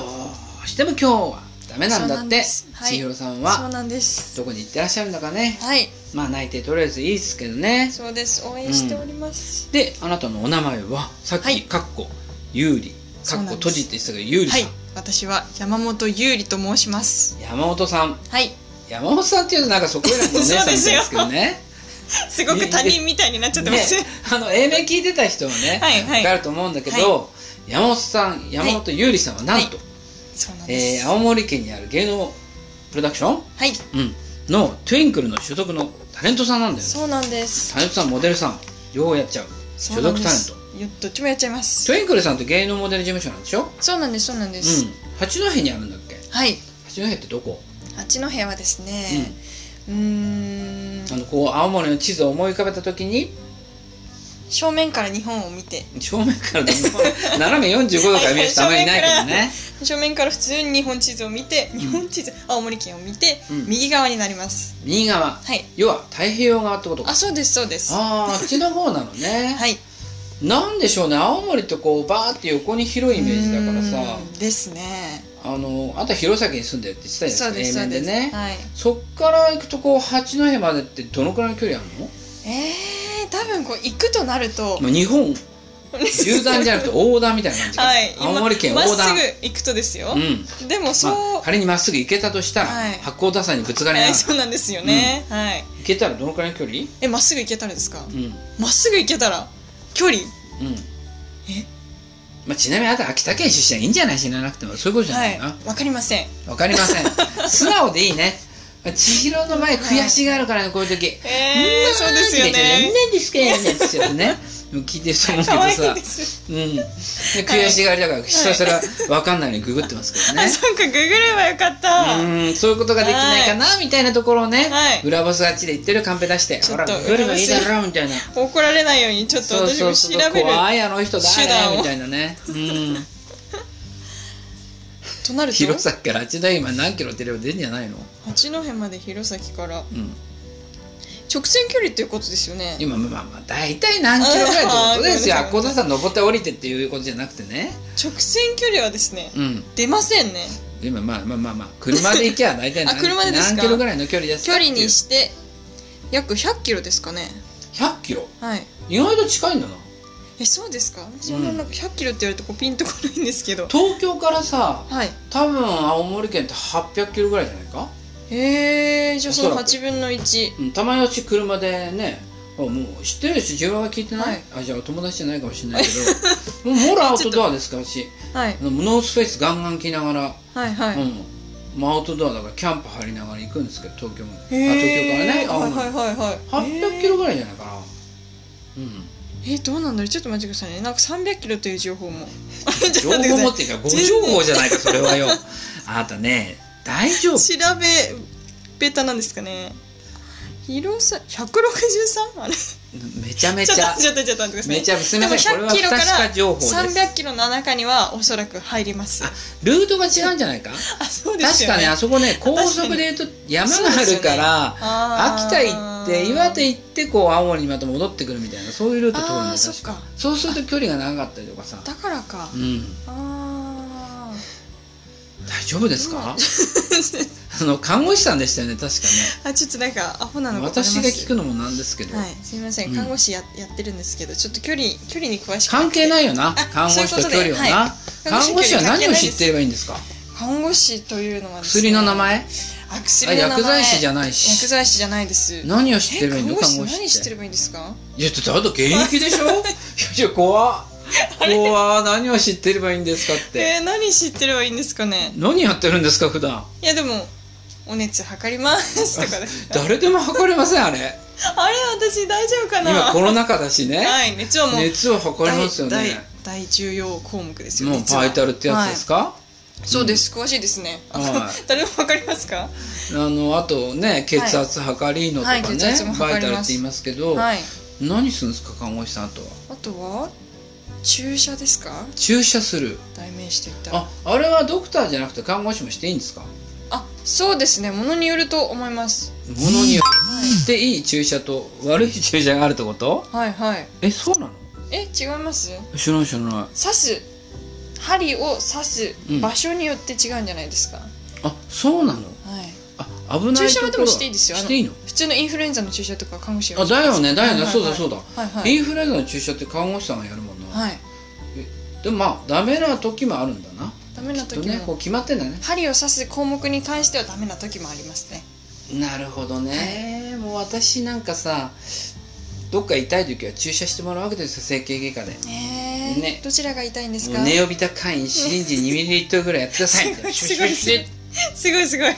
うしても今日はダメなんだそうなっんてですはい千尋さんそうはなんです。どこに行ってらっしゃるんだかねはい、まあ内定とりあえずいいですけどねそうです。応援しております。であなたのお名前はさっはいき「かっこ有利」「そかうっなこんです閉じ」って言ってたけど有利はさい、ん、私は山本優里と申します。山本さんはい、山本さんっていうとなんかそこらのお姉さんみたいですけど <laughs> ねすごく他人みたいになっちゃってまねす。あの A 面聞いてた人は <laughs> ね、はいはい分かると思うんだけど、山本さん山本優里さんはなんと、そうなんでえーす。青森県にある芸能プロダクション、はい、うん、のトゥインクルの所属のタレントさんなんだよねそうなんです。タレントさんモデルさん両方やっちゃうそ所うなん属でタレンすトよどっちもやっちゃいますト。ゥインクルさんって芸能モデル事務所なんでしょそうなんです。そうなんです。うん八戸にあるんだっけはい、八戸ってどこ、八戸はですね。うーんうん、あのこう青森の地図を思い浮かべた時に正面から日本を見て正面からでも <laughs> 斜め45度から見る人あまりいないけどね正面から普通に日本地図を見て日本地図、青森県を見て、うん右側になります右側はい要は太平洋側ってことかあそうですそうですはあーあっちの方なのね、 <laughs> いなんでしょうね青森ってこうバーって横に広いイメージだからさうーんですねあのあんた弘前に住んでるって言ってたじゃそうないでですすかそう平面でですねはい、そっから行くとこう八戸までってどのくらいの距離あるのえー、多分こう行くとなるともう日本縦断じゃなくて横断みたいな感じか <laughs> な、はい今青森県まっ横断すぐ行くとですよう、んでもそう、まあ、仮にまっすぐ行けたとしたら、はい八甲田山にぶつかりなはがらい、行そうなんですよね、はいけたらどのくらいの距離えまっすぐ行けたらですかうんうんまっすぐ行けたら距離えまあ、ちなみにあなた秋田県出身はいいんじゃない知らなくてもそういうことじゃはないいかな、わかりませんわかりませ <laughs> ん素直でいいね千尋の前悔しがあるからねこういう時えー、そうですよなんねでですけ <laughs> どねって言ってねでも聞いてると思うけ可ど愛いさですうん、で悔しがりだからひたすら分かんないようにググってますけどあね、そっかググればよかった、うんそういうことができないかなみたいなところをね、はい裏ボスあっちで言ってるカンペ出してちほょっらとググればいいだろみたいな怒られないようにちょっとそう私そもう調そうべる怖いあの人手段誰をみたいなねうん <laughs> となると弘前からあっちだ今何キロ出れば出るんじゃないの、八戸まで弘前からうん、直線距離っていうことですよね今まあまあ大体何キロぐらいってことですよあー八甲田山登って降りてっていうことじゃなくてね直線距離はですねうん出ませんね今まあまあまあまあ車で行けば大体何あ車でですか何キロぐらいの距離です距か離にして約100キロですかね100キロはい意外と近いんだなえそうですか私もなんか100キロって言われるとこうピンとこないんですけど、東京からさはい多分青森県って800キロぐらいじゃないか、えー、じゃあそのおそらく8分の1うん、玉吉車でねあもう知ってるし自分は聞いてない、はいあじゃあお友達じゃないかもしれないけど <laughs> もうモラアウトドアですからしはいあのノースフェイスガンガン着ながら、はいはい、うん、まあアウトドアだからキャンプ入りながら行くんですけど東京まであ東京からへねー青はい森、はいはいはい800キロぐらいじゃないかな <laughs> うんえー、どうなんだろうちょっと待ってくださいねなんか300キロという情報も <laughs> 情報持ってるからご情報じゃないかそれ <laughs> はよあなたね大丈夫調べベタなんですかね広さ 163? あれめちゃめちょっちとゃ待ってちょっと待ってちょっと待ってくださいめちゃすみませんでこれもは100キ不ロか確から情報です300キロの中にはおそらく入りますあルートが違うんじゃないかあそうです確よかねねあそこね高速で言うと山があるから、あ秋ー田行って岩手行ってこう青森にまた戻ってくるみたいなそういうルート通るのああ確そっかかそうすると距離が長かったりとかさだからかうんあ大丈夫ですか <laughs> あの看護師さんでしたよね確かーあちょっとなんかアホなのねかと思い私まがす聞くのもなんですけど、はいすみませうんん看護師や,、やってるんですけどちょっと距離距離に詳しく関係いないよな看護師と距離はな、看護師は何を知ってればいいんですか看護師というのはですね、薬の名前あ薬の名あ前薬剤師じゃゃない薬し剤師じゃないです何を知ってればいいえの看護看師護師何っしててればいいんですかいやだってあと現役でしょ <laughs> いやいや怖っ怖っ何を知ってればいいんですかってえー、何知ってればいいんですかね何やってるんですか普段いやでもお熱測りますとか <laughs> ね誰でも測れませんあれあれ私大丈夫かな今コロナ禍だしねはい熱はもう熱を測り大ますよね大大重要項目ですよもう実はバイタルってやつですか、はいそうです詳しいですねあは <laughs> 誰もわかりますかあのあとね血圧測りのとかね、はい血圧もバ測りイますタルって言いますけど、はい何するんですか看護師さんあとはあとは注射ですか注射する代名詞といったらああれはドクターじゃなくて看護師もしていいんですかもあそうですねものによると思いますのによっていい注射と悪い注射があるってことはいはいえそうなのえ違います知らない知らない刺す針を刺すうん場所によって違うんじゃないですか、あそうなはのいあ危ないところ注射はでもしていいですよあのしていいの普通のインフルエンザの注射とか看護師があだよねだよね、そうだそううだ、はいはイいンフルエンザの注射って看護師さんがやるもんな、はいでもまあダメな時もあるんだなダメなと時ねこもう決まってんだね針を刺す項目に関してはダメな時もありますねなるほどね、もう私なんかさどっか痛い時は注射してもらうわけですよ整形外科でえー、ねどちらが痛いんですもかうネオビタカインシリンジ 2ml ぐらいやってくださいみたいな <laughs> すごいシュッシュッシュッシュッすごいすごい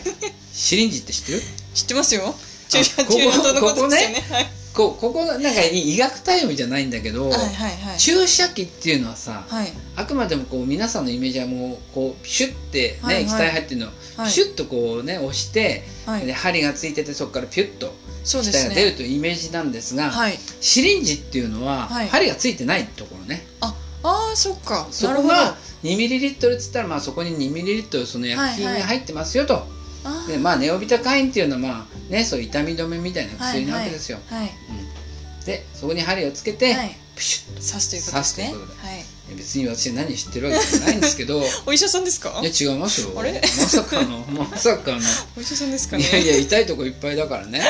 シリンジって知ってる知ってますよ注射ここ注射とのことですよねこうここなんか医学タイムじゃないんだけど、はいはいはいはい注射器っていうのはさはいあくまでもこう皆さんのイメージはもうこうシュッて、ねはいはい液体入ってるのを、はいシュッとこうね押して、はでい針がついててそこからピュッとそうで液体すが出ねるというイメージなんですが、はいシリンジっていうのは、はい針がついてないところねああそっかそなるこほどが 2ml っつったら、まあ、そこに 2ml その薬品はいがはい入ってますよと、あでーまあ、ネオビタカインっていうのは、まあね、そう痛み止めみたいな薬なわけですよ、はいうん、でそこに針をつけて、はいプシュッ刺すということですね刺すということはいいや別に私何知ってるわけじゃないんですけ <laughs> どいお医者さんですかや違いますよあれまさか <laughs> のまさかのお医者さんですかいねやいや痛いとこいっぱいだか <laughs> らね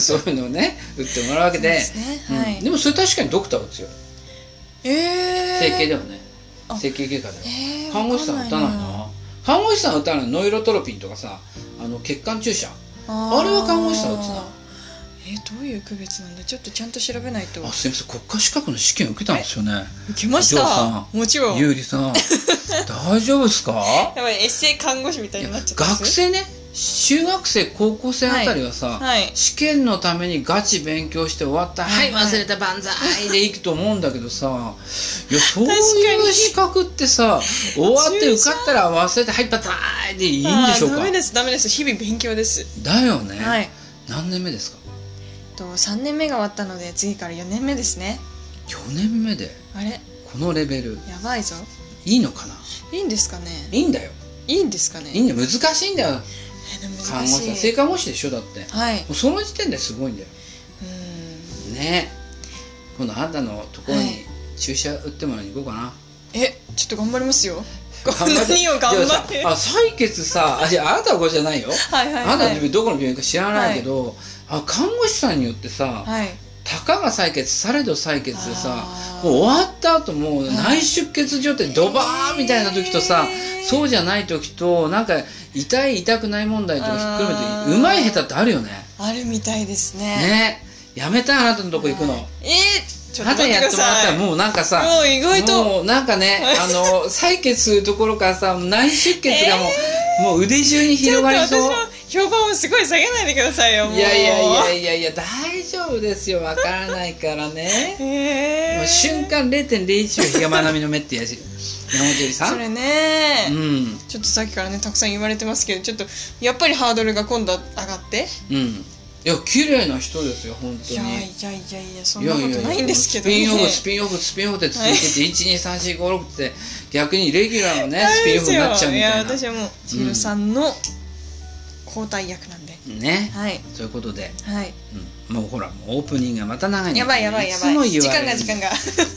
そういうのをね打ってもらうわけそうでですねうんはいでもそれ確かにドクター打つよえー整形ではねあ整形外科ではえー看護師さん打たないな看護師さん打たないノイロトロピンとかさあの血管注射ああれは看護師さん打つなえーどういう区別なんだちょっとちゃんと調べないとあすいません国家資格の試験受けたんですよね受けましお嬢さたもちろんやゆう <laughs> りさん大丈夫ですかばいエッセイ看護師みたいになっちゃった学生ね中学生高校生あたりはさ、はい試験のためにガチ勉強して終わった「ははいい忘れた万歳」でいくと思うんだけどさいやそう確かいうに資格ってさ終わって受かったら忘れて「はいバターイ」でいいんでしょうあーかダメですダメです日々勉強ですだよね、はい何年目ですかと3年目が終わったので次から4年目ですね4年目であれこのレベルやばいぞいいのかないいんですかねいいんだよいいんですかねいいんだよ難しいんだよえでも看難護師さんし正い看護師でしょだってもはいうその時点ですごいんだよーんね今度あんたのところはにい注射打ってもらいに行こうかな、えちょっと頑張りますよ頑張って何を頑張ってでもさあ採血さあじゃああなたはこれじゃないよ、はいはいあなたはのいどこの病院か知らないけど、あ看護師さんによってさ、はいたかが採血されど採血でさあーもう終わった後もうはい内出血状態ドバーみたいな時とさ、えーそうじゃない時となんか痛い痛くない問題とかひっくるあめてーうまい下手ってあるよねあるみたいですねねやめたいあなたのとこ行くの、はいえーちょあっとなた待にってやくだってもらったさらいもうなんかさもう意外ともうなんかね、あの、採血するところからさ、内出血がもう、もう腕中にちょっ広とがり私そう。の評判をすごい下げないでくださいよもういやいやいやいやいや、大丈夫ですよ。わからないからね。えもうー、瞬間0.01秒、比嘉まなみの目ってやつ。山本よりさそん。れね、うん。ちょっとさっきからねたくさん言われてますけどちょっとやっぱりハードルが今度上がってうん。いや綺麗な人ですよ本い当やいにやいやいやそんなことないんですけどスピンオフねスピンオフスピンオフで続いてて12345 6って逆にレギュラーのねスピンオフになっちゃうみいたやいな私はもう千尋さんの交代役なんで、ねはいということで、はいうん、もうほらもうオープニングがまた長いんだやよねばいやばいやつばもい言時われ間るが時間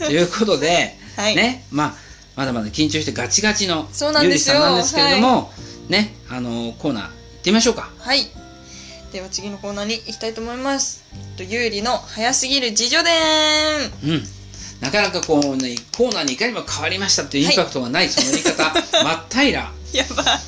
がということで、 <laughs> はい、ねまあまだまだ緊張してガチガチのそうなんゆでりすさよんなんですけれども、ねあのコーナー行ってみましょうかはいでは次のコーナーに行きたいと思いますえっと有利の早すぎる自叙伝うんなかなかこうねコーナーにいかにも変わりましたっていうインパクトがないその言い <laughs> 方、真っ平らやば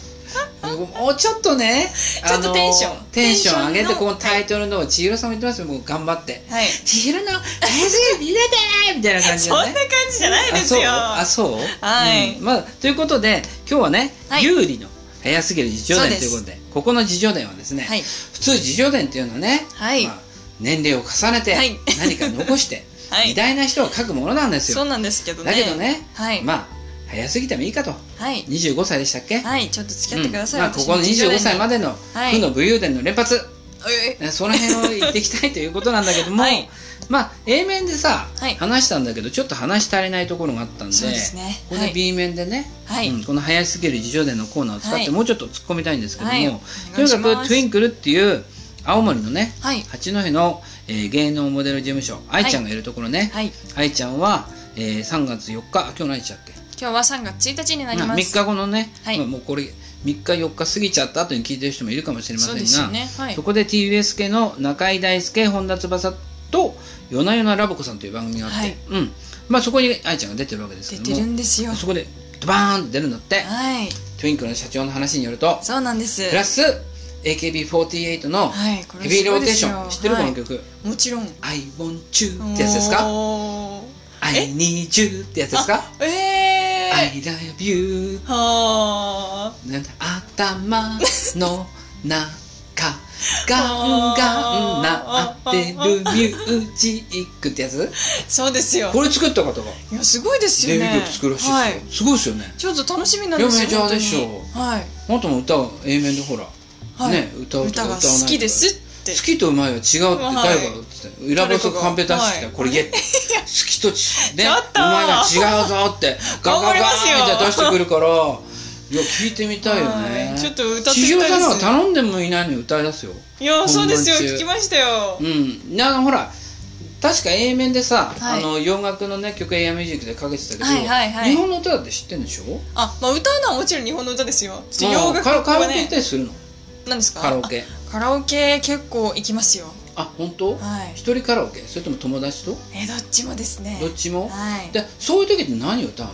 もうちょっとね、ちょっとあのテンションテンション上げテンションて、のこのタイトルのとこ、千尋さんも言ってますよ、もう頑張って。はい千尋 <laughs> の、早すぎる、見れてないみたいな感じそんなだ感ね。じじゃないですよあ、そうあ、そうはいうんまあ、ということで、今日はね、はい有利の早すぎる自叙そう伝ですということで、ここの自叙伝はですね、はい普通自叙伝っていうのはね、はいまあ年齢を重ねてはい、何か残して、 <laughs> は偉い大な人が書くものなんですそうよ。なんですけどねだけどね、はい、まあ、早すぎてもいいかと。はい25歳でしたっけはいちょっと付き合ってください、うんまあ、ここの25歳まででのはい負の武勇伝の連発、えねその辺を言っていきたいということなんだけど <laughs> も、はいまあ A 面でさ、はい話したんだけどちょっと話し足りないところがあったんでそうですねここで B 面でね、はい、うんこの「早すぎる自叙伝」のコーナーを使っはいてもうちょっと突っ込みたいんですけども、はいおと願いにしかくます「トゥインクル」っていう青森のねはい八戸の、えー芸能モデル事務所愛ちゃんがいるところね、はい愛ちゃんは、えー3月4日あ今日何日だっけ今日は3月1日になります3日後のね、はいまあもうこれ3日4日過ぎちゃった後に聞いてる人もいるかもしれまそせんうがですよねはいそこで TBS 系の中井大輔本田翼と「夜な夜なラボコさん」という番組があって、はいうんまあ、そこに愛ちゃんが出てるわけですけ出どてるもんですよそこでドバーンって出るんだってはいトゥインクルの社長の話によるとそうなんですプラス AKB48 のはいこれヘビーローテーシすごいョンですよ知ってるこの曲はいもちろん「I want you」ってやつですかおー「I need you」ってやつですかえ「え I love you」ー、はなんだ頭の中ガンガンなってるミュージックってやつーそうですよこれ作った方がいやすごいですデよビュねー曲作るらしいですよ、はいすごいですよねちょっと楽しみなんですよいやメジャーでしょ本う当にはいあなたも歌は A 面でほら、はいね歌うと歌か歌わながいとか好きですって好きとうまいは違うって誰かが言ってたよ裏ボスがカンペ出誰かしてきたがこれ言えって好きとちねうちょまいっとは違うぞってガガガー頑張ンりますよみたいな出してくるからいや聞いてみたいよはねいちょっと歌ってみたいです千尋さんの方が頼んでもいないのに歌い出すよいやそうですよ本番中聞きましたようん、なんかほら確か A 面でさ、はいあの洋楽のね曲 AI ミュージックでかけてたけど、はいはいはい日本の歌だって知ってんでしょあまあ歌うのはもちろん日本の歌ですよちょっと洋楽カラカラはオケ行っねたりするの何ですかカラオケあカラオケ結構行きますよあ本当はい一人カラオケそれとも友達とえどっちもですねどっちも、はいでそういう時って何を歌うの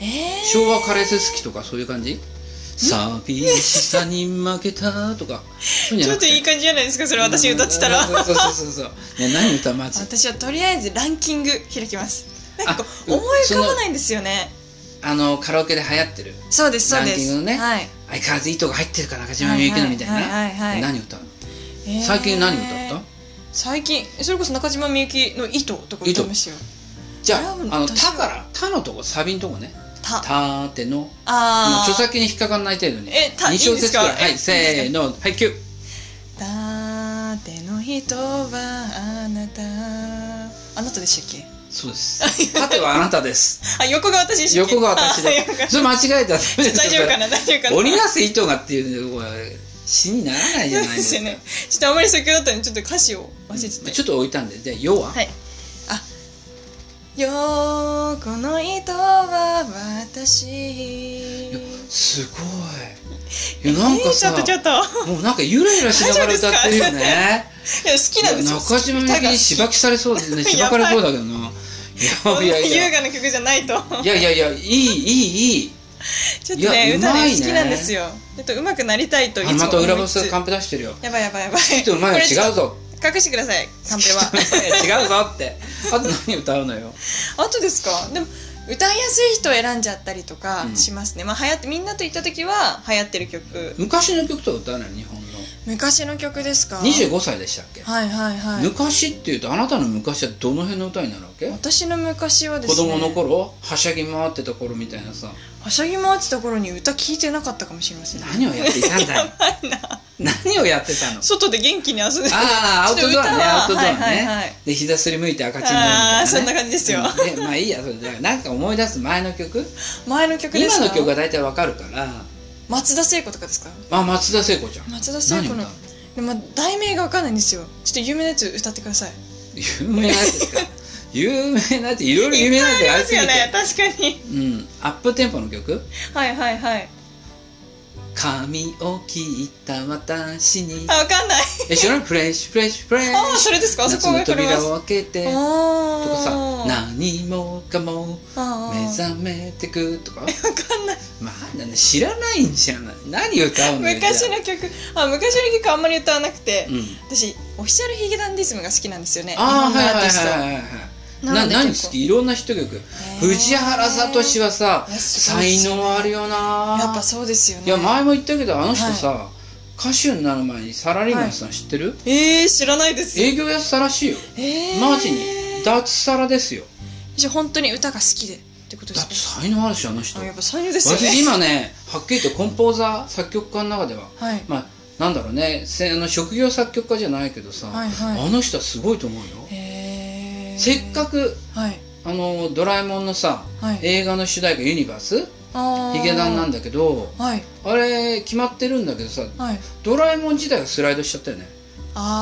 えー昭和カレーセ好きとかそういう感じ寂しさに負けたとかそういちうんじょゃっなくとていい感じじゃないですかそれ私歌ってたら <laughs> そうそうそうそうそう、ね、何歌うまず私はとりあえずランキング開きますなんかこうあう思い浮かばないんですよねあのカラオケで流行ってるそうですそうですランキングのねはい相変わらずいいとこ入ってるから中島みゆきのみたいな、はいはいはいはい何歌うのえー最近何歌った最近それこそ中島みゆきの「糸」とか歌いましたよじゃいやあもうあの「確た」かから「た」のとこサビのとこね「 「た」た」ってのもうあ著ー作権に引っかかんない程度にえた2小節くらいいいんですかはえいせーのはいキュだっての人はあなたあなたでしたっけそ <laughs> うです「た」てはあなたですあ横が私でしたっけ <laughs> 横が私あよかっでたそれ間違えたらダメです大丈夫かなな大丈夫かな織りなす糸がっていうのは死にならないじゃ <laughs> ないですよかねちょっとあんまり先ほどだったのでちょっと歌詞を忘れてて、ちょっと置いたんでじゃあ「よ」ははいあよーこの糸は私いやすごえーいいやなんかちょさっとちょっといやもうなんかゆらゆらしながら歌ってるよね好きなんですよ中島みゆきにしばきされそうで <laughs> すねしばかれそうだけどないいややいや優いや雅な曲じゃないといやいやいやいいいいいいちょっといねや歌うまいねね好きなんですよちょっと上手くなりたいといつあもまた裏ボつスがカンペ出してるよやばいやばいやばいちょっとうまいはこれちょ違うっぞと隠してくださいカンペは <laughs> 違うぞってあと何歌うのよあとですかでも歌いやすい人を選んじゃったりとかうんしますね、まあ流行ってみんなと行った時は流行ってる曲昔の曲とか歌うのよ日本の昔の曲ですか25歳でしたっけ、はいはいはい昔っていうとあなたの昔はどの辺の歌になるわけ、私の昔はで子すね供の頃はしゃぎ回ってた頃みたいなさはしゃぎ回ってた頃に歌聞いてなかったかもしれませんね <laughs> 何をやっていたんだよはいな何をやってたの外で元気に遊んでああアウトドアねアウトドアね、はいはいはいで膝すりむいて赤ちゃんにあなあるみたそいんな、なね、感じですよ、うんでまあいいやそれでなんか思い出す前の曲前の曲です今かの曲が大体わかるから松田聖子とかですかあ松田聖子ちゃん松田聖何子歌のうのでも題名が分かんないんですよちょっと有名なやつ歌ってください有名なやつですか有名なやついろいろ有名なやつがありすぎて、確かにうん、アップテンポの曲はいはいはい髪を切った私にあ分かんないえ知らないフレッシュフレッシュフレッシああュそれですかあそ夏このがこれ扉ますを開けてとあかさー何もかもあー目覚めてくとか分かんないまあなんだ知らないんじゃない何歌うのよじゃあ昔の曲あ昔の曲あんまり歌わなくて、うん私オフィシャルヒゲダンディズムが好きなんですよねああ日本はのいアーはいティストはいはいはいなで何結好構きいろんな人曲藤原聡はさいやすごいで才すよね能あるよなやっぱそうですよねいや前も言ったけどあの人さ、歌手になる前にサラリーマンさん知ってる、えー、知らないです営業やってたらしいよえー、マジに脱サラですよじゃあ本当に歌が好きでってことでだってす才能あるしあの人、ねあやっぱ才能ですよね私今ねはっきり言ってコンポーザー作曲家の中でははいまあなんだろうねせあの職業作曲家じゃないけどさ、はいはあの人はすごいと思うよ、いへーせっかくはいあのドラえもんのさはい映画の主題歌「ユニバース」あーヒゲダンなんだけどはいあれ決まってるんだけどさはいドラえもん自体がスライドしちゃったよね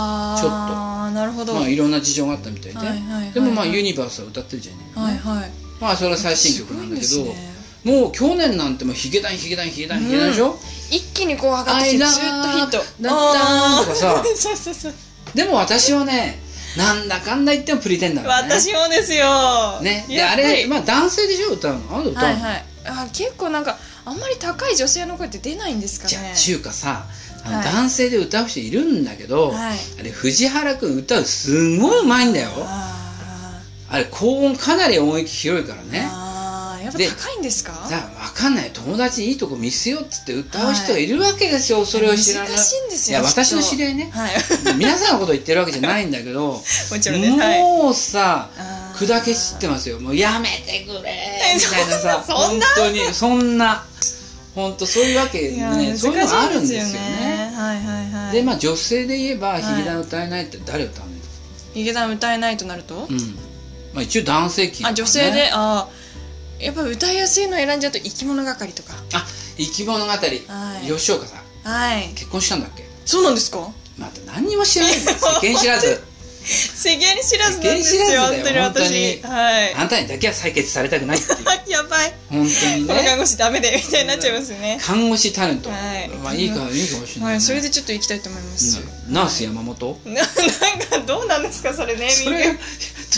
ああなるほど、まあいろんな事情があったみたいで、はいはいはいはいでもまあユニバースは歌ってるじゃんね、はいはいまあそれは最新曲なんだけすど、ごいですねもう去年なんてもうヒゲダンヒゲダンヒゲダンヒゲダンでしょ、一気にこう上がってきて I ずーっとヒッ love トだったーとかさ <laughs> そうそうそうでも私はねなんだかんだ言ってもプリテンダーだね私もですよねでやあっぱりれまあ男性でしょ歌うのあなた歌うの、はいはいあ結構なんかあんまり高い女性の声って出ないんですかじゃねあ中華さあのはい男性で歌う人いるんだけど、はいあれ藤原君歌うすんごいうまいんだよああれ高音かなり音域広いからーねあーやっぱで高いんですかさあ分かんない友達にいいとこ見せようっつって歌う人がいるわけですよ、それを知らない難しいんですいよやきっと私の知り合い <laughs> ねはい皆さんのこと言ってるわけじゃないんだけども <laughs> もちろんねはいうさあー砕け散ってますよもうやめてくれみたいなさそんな本当にそんな本当そういうわけいやねそういうのあるんですよ難しいねはいはいはいででままあ女性で言えばいヒゲダン歌えないって誰歌うのよヒゲダン歌えないとなるとうんまあ一応男性キーあ女性であーやっぱ歌いやすいの選んじゃうと生き物係とかあ生き物語はい吉岡さんはい結婚したんだっけそうなんですかまた何にも知らないんだよ <laughs> 世間知らず世間知らずなんですよ世間知らずだよ本当に私本当はいあんたにだけは採血されたくないっていうやばい本当にこのね看護師ダメでみたいになっちゃいますね看護師タレント、はいまあいいかいいかもしれない、ねはいそれでちょっと行きたいと思いますうんナース山本、ななんかどうなんですかそれねそみんなれト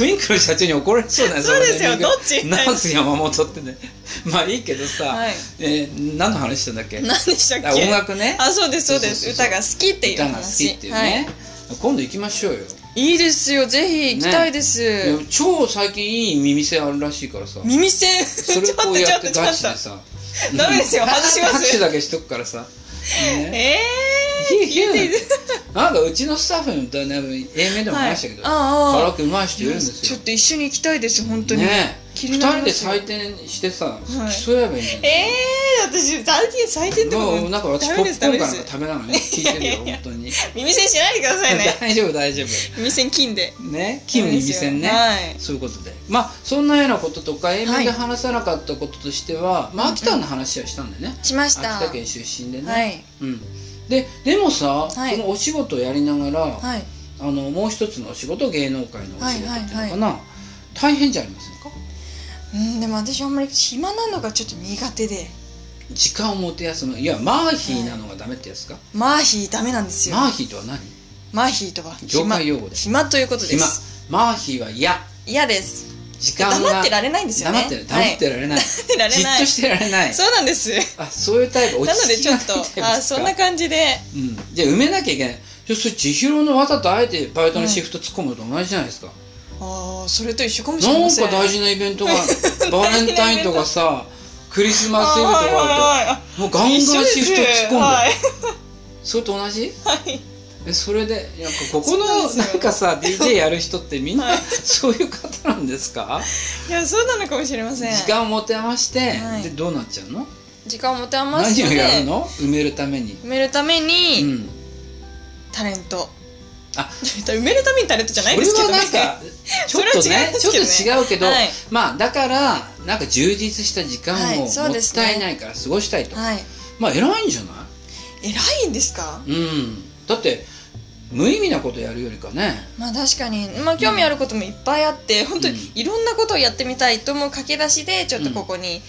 ゥインクルの社長に怒られそうだよそうですよそれねどっちナース山本ってね <laughs> まあいいけどさ、はいえー何の話してんだっけ何でしたあっけ音楽ねあそうですそうですそうそうそう歌が好きっていう歌が好話きっていうね、今度行きましょうよはい、いいですよぜひ行きたいです、いや超最近いい耳栓あるらしいからさ耳栓ちそょっれとこうちやょっっとてちょっガとチでさ <laughs> ダメですよ外します拍手だけしとくからさ、ね、えいえやー、いや聞いていいですなんかうちのスタッフの歌ね A 面でも話したけど、はいああカラオケうまい人いるんですちょよっと一緒に行きたいです本当に、ね気二になり人まですよ採点してさ、い競えばいいんじゃないええー、私最近採点とかももうなんか私ダポメップでコすダメーンでかなんかす食べながらね聞いてるよいやいや本当 <laughs> に耳栓しないでくださいね <laughs> 大丈夫大丈夫耳栓金でね金耳栓ね、はいそういうことでまあそんなようなこととか A は面いで話さなかったこととしては、まあ秋田の話はしたんだよね、しました秋田県出身でね、はいうんででもさ、はいそのお仕事をやりながら、はいあのもう一つのお仕事芸能界のお仕事っていうのかな、はいはい大変じゃありませんかうんでも私あんまり暇なのがちょっと苦手で時間を持て休むいやマーヒーなのがダメってやつか、マーヒーダメなんですよマーヒーとは何マーヒーとは業暇界用語で暇ということで暇すマーヒーは嫌嫌です時間が黙ってられないんですよね黙ってはるい <laughs> 黙ってられない、ってられじっないとしてられないそうなんですあそういうタイプな落のちで着きちょがないっタイプですとかあそんな感じでうん、じゃあ埋めなきゃいけないじゃあそれ千尋のわざとあえてバイトのシフト突っ込むのと同じじゃないですか、ああそれと一緒かもしなれんまかせん大事なイベン <laughs> トがバレンタインとかさクリスマスイブとかあるあともうガンガン一シフ緒トです突っ込んで、はいそれと同じはいえそれでなんかここそのうなんですよなんかさ DJ やる人ってみんなはいそういう方なんですかいやそうなのかもしれません時間を持て余して、はいでどうなっちゃうの時間を持て余何してをやるの埋めるために、埋めるためうに、ん、タレントあ <laughs> 埋めるためにタレントじゃないこでれすけはどねなんかちょそっとれは違いねまちすょっけどとね違うけど、はいまあだからなんか充実した時間はをもいそうですねったいないから過ごしたいと、はいまあ偉いんじゃない偉いんですかうんだって無意味なことやるよりかねまあ確かに、まあ、興味あることもいっぱいあって、本当にいろんなことをやってみたいと思う駆け出しでちょっとここに、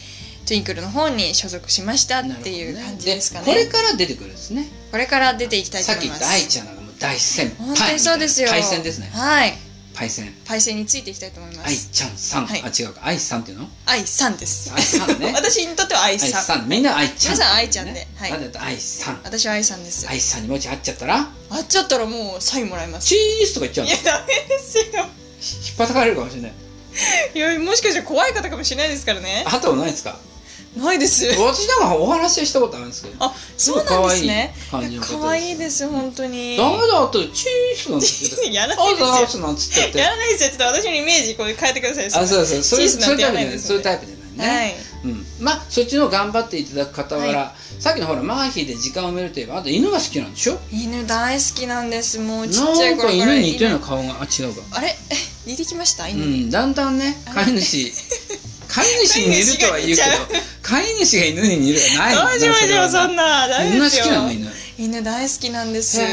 トゥインクルの方に所属しましたっていう感じですかねなるほどでこれから出てくるんですねこれから出ていきたいとさっ思きい言まった愛すちゃんなんかもう大先輩本当にそうですよパイセンですねはいパイセンパイセンについていきたいと思いま愛すちゃんさん、はいあ違うか愛さんっていうの愛さんです愛さんね <laughs> 私にとっては愛愛さんさんみんな愛ちゃん皆さん愛ちゃんではいなんだった愛さん私は愛さんです愛さんにもし会っちゃったら会っちゃったらもうサインもらいますチーズとか言っちゃういのやダメですよひ引っ張たかれるかもしれないいやもしかしたら怖い方かもしれないですからねあなたはないですかないです私なんかお話ししたことあるんですけどあそうなんですね可愛い感じの方です可愛いです本当にダメだとチーズなんつってやらアないウですトよアウトなんつってってやらないですよちょっと私のイメージこれ変えてくださいあそうそうそういうチーズそうないんうてタやらないイプじゃなですいそよういうねタイプじゃないね、はいうん、まあそっちの頑張っていただく傍ら、はさっきのほらマーヒーで時間を埋めるといえばあと犬が好きなんでしょ犬大好きなんですもうちっちゃないんか頃から犬に似てるの顔があ違うかあれえ似てきましたう犬、んだんだんね飼い主 <laughs> 飼い主に似るとは言うけど飼い飼い主が犬に似るはない大丈夫でしょそんなな大丈夫で犬が好すきよなの犬犬大好きなんですへ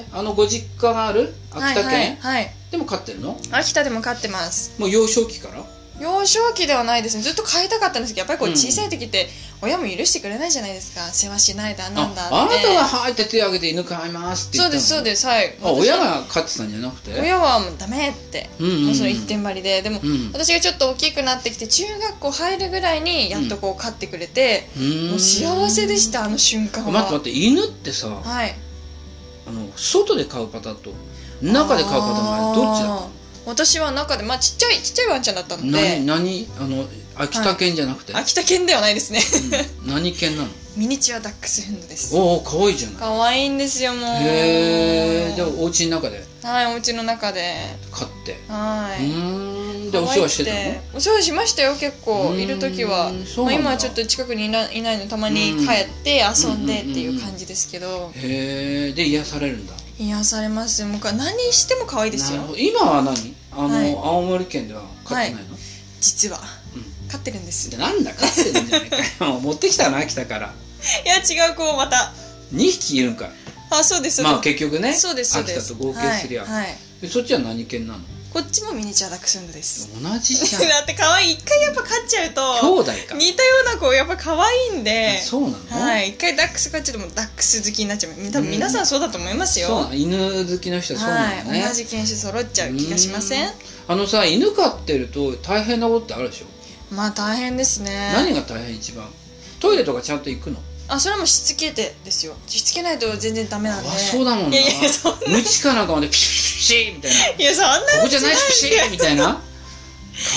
えあのご実家があるは秋い田県、はい、はい、でも飼ってるの秋田でも飼ってますもう幼少期から幼少期ではないですねずっと飼いたかったんですけどやっぱりこううん小さい時って親も許してくれないじゃないですか世話しないだなんだってああなたが「はい」って手を挙げて犬飼いますって言そうったでのすそうですはいあ親が飼ってたんじゃなくて私親はもうダメって、うんうんうんもうその一点張りででも、うん私がちょっと大きくなってきて中学校入るぐらいにやっとこう飼ってくれて、うーんもう幸せでしたあの瞬間は待って待って犬ってさ、はいあの外で買うパターンと中で買うパターンがあれどっちだあー私は中でまあちっちゃいちっちゃいワンちゃんだったの何で何あの秋田犬じゃなくて、秋田犬ではないですねうん何犬なの <laughs> ミニチュアダックスフンドですおお可愛いじゃない可愛いんですよもうへえでお家の中ではいお家の中で飼って、はういーんでお世話してたのたのお世話しましたよ結う構ーんいる時はそうまあなん今だはちょっと近くにいないないのたまにうん帰って遊んでっていう感じですけどへえで癒されるんだ癒されますもうか何しても可愛いですよなるほど今は何あの、はい青森県では飼ってないの、実はう飼ってるんですでいなんだ飼ってるんじゃないか <laughs> よ持ってきたの秋田からや違う子をまた2匹いるんかいあそうですまあそうです結局ねそうですそう秋で田すと合計すりゃ、はいはいでそっちは何 <laughs> 犬なのこっちもミニチュアダックスフンドです同じじゃんだって可愛い一回やっぱ飼っちゃう兄と弟 <laughs> か似たような子やっぱ可愛いんあでそうなの、はい一回ダックス飼っちゃうともうダックス好きになっちゃう多分皆さんそうだと思いますよそうなの犬好きの人はそうなのね、はい、同じ犬種揃っちゃう気がしませんうあのさ犬飼ってると大変なことってあるでしょ、まあ大変ですね何が大変一番トイレとかちゃんと行くの、あそれはもうしつけてですよしつけないと全然ダメなんであそうだもんいなやいやそん無知かなんかまでピシッピシッみたいないやそんなここじゃないしピシッみたいな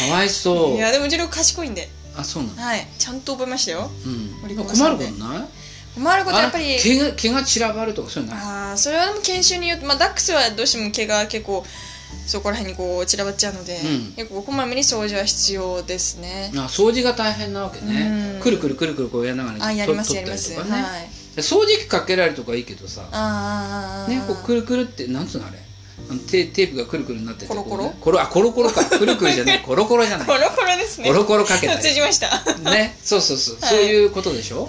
かわいそういやでもうちの子賢いんであそうなの、はいちゃんと覚えましたよう織りん、込ま困さるんこでとない困ることやっぱありれ毛が毛が散らばるとかそういうのないああそれはでも研修によって、まあ、ダックスはどうしても毛が結構そこら辺にこう散らばっちゃうので、うん結構こまめに掃除は必要ですねあ掃除が大変なわけねうんくるくるくるくるこうやりながらあやります取やっり取まったすりとはかいね、掃除機かけられるとかいいけどさあーあーあーね、こうくるくるってなんつうのあれあのテテープがくるくるになっててコロコロこうねコロあコロコ <laughs> ロかくるくるじゃないコロコロじゃないコロコロですねコロコロかけ <laughs> たり通じましたはねそうそうそう、はいそういうことでしいょ、うん、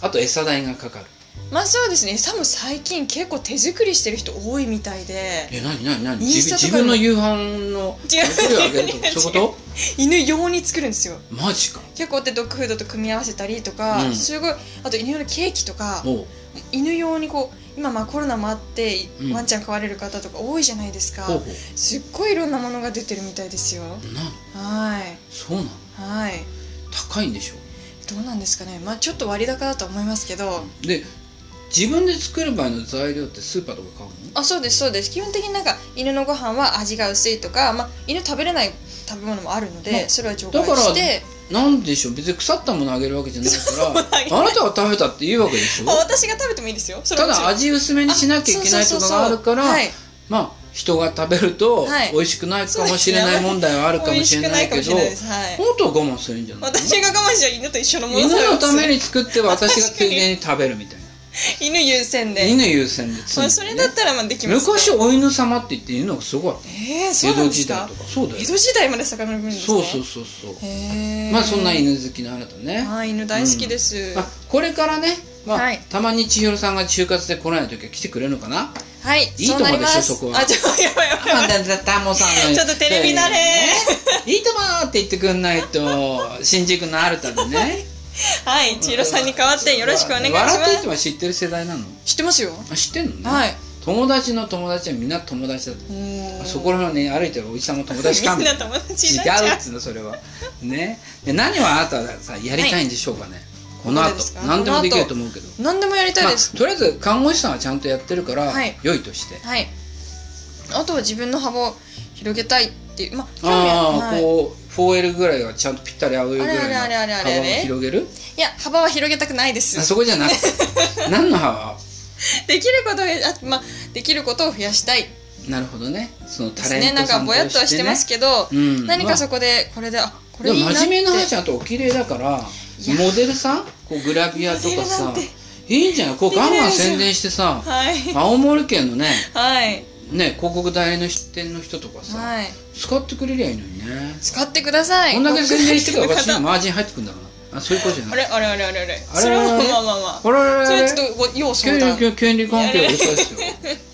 あと餌代がかかるまあそうですね餌も最近結構手作りしてる人多いみたいでえ何何何インス自タ分と自かで分もの夕飯の違う料理をあげるとか違うそういうこ犬用に作るんですよとマジか結構でドッグフードと組み合わせたりとか、うんすごいあと犬用のケーキとかおう犬用にこう今まあコロナもあってうんワンちゃん飼われる方とか多いじゃないですか、ほうほすっごいいろんなものが出てるみたいですようなはいそうなのはい高いんでしょどうなんですかねまあちょっと割高だと思いますけどで自分で作る場合の材料ってスーパーとか買うのあそうですそうです基本的になんか犬のご飯は味が薄いとか、まあ、犬食べれない食べ物もあるので、まあそれは除だ外からしてなんでしょう別に腐ったものあげるわけじゃないかそうらあなたが食べたっていいわけでしょあ私が食べてもいいですよそれたはもちろだん味薄めにしなきゃいけないとかがあるかそうそうそうそらうはいまあ人が食べるとはい美味しくないかもしれない問題はあるかもしれないけど美味しくないかもしれないですはい本当は我慢するんじゃないの私が我慢しちゃう犬と一緒のもの犬のためにに作って私がついでに食べるみたいな犬優先で犬優先でまあそ罪れねだったらまあできます昔お犬様って言って犬がすごいえー、そ江うなん戸です時代かとかそうだよ江戸時代まで遡るんですねそうそうそうそうへーまあそんな犬好きのあなたねあー犬大好きです、あこれからね、まあはいたまに千尋さんが就活で来ない時は来てくれるのかなはいいそうなりますとこでしょそこはあちょっとやばいやばいやばいあだだタモさんのちょっとテレビ慣れねいいともーって言ってくんな <laughs> いと新宿のアルタでねはい千尋さんに代わってよろしくお願いしま笑っていいすとも知ってる世代なの知ってますよあ知ってんのね、はい友達の友達はみんな友達だとおーそこら辺をね歩いてるおじさんも友達かみもんな友達違になっちゃうっつうのそれはねで何をあなたがさやりたいんでしょうかね、このここで後ですか何でもできると思うけどう何でもやりたいです、まあ、とりあえず看護師さんはちゃんとやってるから、はい良いとしてはいあとは自分の幅を広げたいっていうまあ興味ああ、は、はい、こう 4L ぐらいがちゃんとぴったり合うぐらいのあれあれあれあれあれ幅を広げるいや幅は広げたくないであすそこじゃなく <laughs> て何の幅できることをあ、まあ、できることを増やしたいなるほどねそのでタすレントねさんなんかぼやっとはしてますけど、ど、うん、何かそここでこれであこれでいいなもって真面目な話だとお綺麗だからやモデルさんこうグラビアとモデかさルなんていいんじゃないこうできなガいでしンょガン宣伝してさはい青森県のねはいね広告代理の出店の人とかさ、はい使ってくれりゃいいのにね使ってくださいこんだけ宣伝してから私にあマージン入ってくんだろうなあそういうことじゃな <laughs> いれあれあれあれあれあれそれはまあまあまあこれそれはちょっとご要素権だ利権利関係は嘘ですよ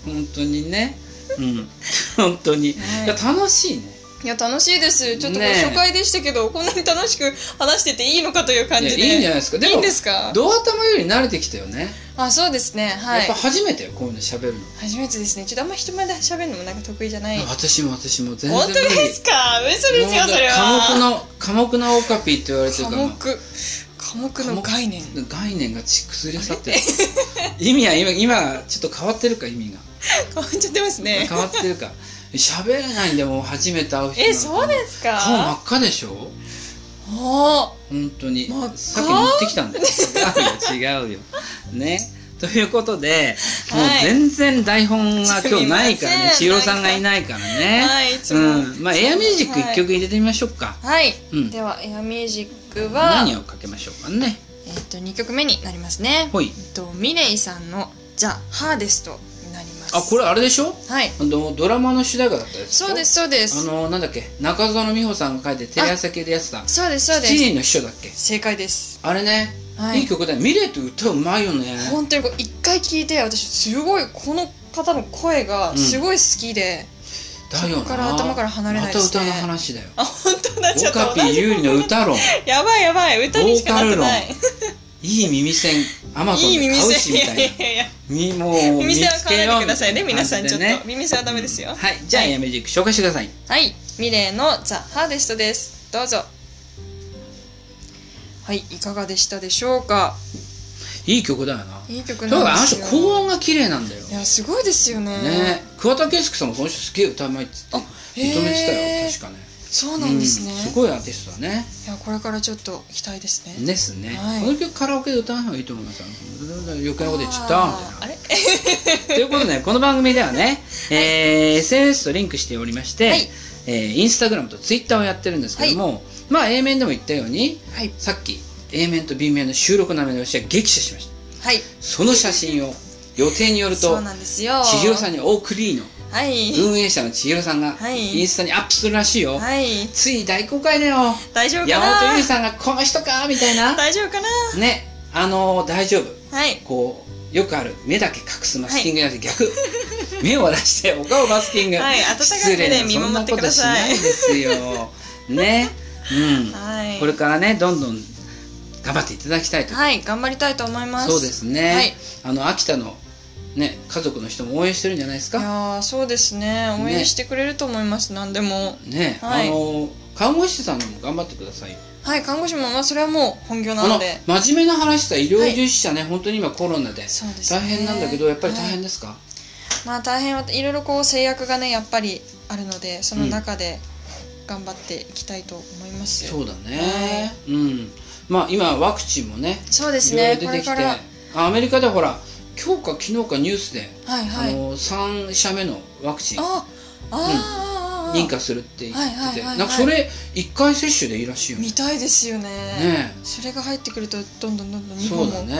本当にねうん <laughs> 本当に、、はいいや楽しいねいや楽しいですちょっとこれねえ初回でしたけど、こんなに楽しく話してていいのかという感いやじいでいんじゃないですかでいいもんですかドア頭より慣れてきたよね、あそうですねはやいっぱ初めてよこういうの喋るの、初めてですねちょっとあんま人前で喋るのもなんか得意じゃない私も私も全然本当ですか嘘ですよもうそれは寡黙な寡黙なオカピって言われてるから科目科目の概念概念がち崩れ去ってる <laughs> 意味は今今ちょっと変わってるか意味が変わっちゃってますね変わってるか喋れないんだよもう初めて会う人えそうすですか顔真っ赤でしょあ本当に真っ赤さっき持ってきたんだよ違うよ違うよねということで、はいもう全然台本が今日ないからねす千み尋ませんさんがいないからね、はいいつもうん、まあエアミュージックはい一曲入れてみましょうか、はい、うんではエアミュージックは何をかけましょうかねえっと2曲目になりますねほいえっとミレイさんの「ザ・ハーデスト」になりますあこれあれでしょはいあのドラマの主題歌だったやつしょそうですそうであすのなんだっけ中園美穂さんが書いてテレ朝系でやってたそうですそう七です人の秘書だっけ正解ですあれね、はいい、い曲だよミレイって歌うまいよね本当にこう一回聞いて私すごいこの方の声がすごい好きで、だよそなっから頭から離れないでますたね歌の話だよあ本当だちょオっとカピ有利の歌論やばいやばい歌にしかなってないいい耳栓アマゾンいいで耳買うし栓みいやたいいなやいやみもう耳栓は買わないでくださいね見つけよう皆さんちょっみたいな感じでねと耳栓はダメですよはいじゃあやめていく紹介してくださいはい、ミレーのザ・ハーデストです。どうぞ。はい、いかがでしたでしょうか。いい曲だよないい曲だからなんあのです人よ。高音が綺麗なんだよいや、すごいですよね。ね桑田佳祐さんもこの人すげえ歌うまいっつってあへー認めてたよ確かねそうなんですね。うんすごいアーティストだねいや、これからちょっと期待ですね。ですね、はいこの曲カラオケで歌うのがいいと思いますよ余計なこと言っちゃったみたいなあーあれ、 <laughs> ということで、この番組ではね、えー SNS とリンクしておりまして、はいえーインスタグラムとツイッターをやってるんですけども、まあ A 面でも言ったように、はい、さっき A 面と B 面の収録の目のしは激写しました。はい、その写真を予定によるそとう、なんですよ。千尋さんにオークリーのはい、運営者の千尋さんがはいインスタにアップするらしいよ。はい、ついに大公開だよ。大丈夫か山本ゆなり。さんがこの人かみたいな。大丈夫かな。ね、あのー大丈夫。はい、こうよくある目だけ隠すマスキングじゃなくて逆、目を出してお顔マスキング、はい温かい目で見守ってください失礼なそんなことしないですよね、うん、はい。これからねどんどん頑張っていただきたいと、はい、頑張りたいと思います。そうで。すね、はいあの秋田のね家族の人も応援してるんじゃないですいかやー、そうですね。応ね援してくれると思います。何でも。ね、はいあのー看護師さんも頑張ってくださいよはい、看護師も、まあ、それはもう本業なあのので。真面目な話さ医療従事者ね、本当に今コロナでそうですね大変なんだけどやっぱり大変はいですか、まあ、大変はいろいろこう制約がね、やっぱりあるので、その中で頑張っていきたいと思います。そうだね、うんまあ今ワクチンもねそうですいろいね。ろ出こてれきてから。あアメリカでほら今日か昨日かニュースで、はい、はあい。の3社目のワクチンあ、ああ、認可するって言っててはいはいはいはいなんかそれ1回接種でいいらしいよね見たいですよね。ねそれが入ってくると、どんどんどんどん日そ本うだもね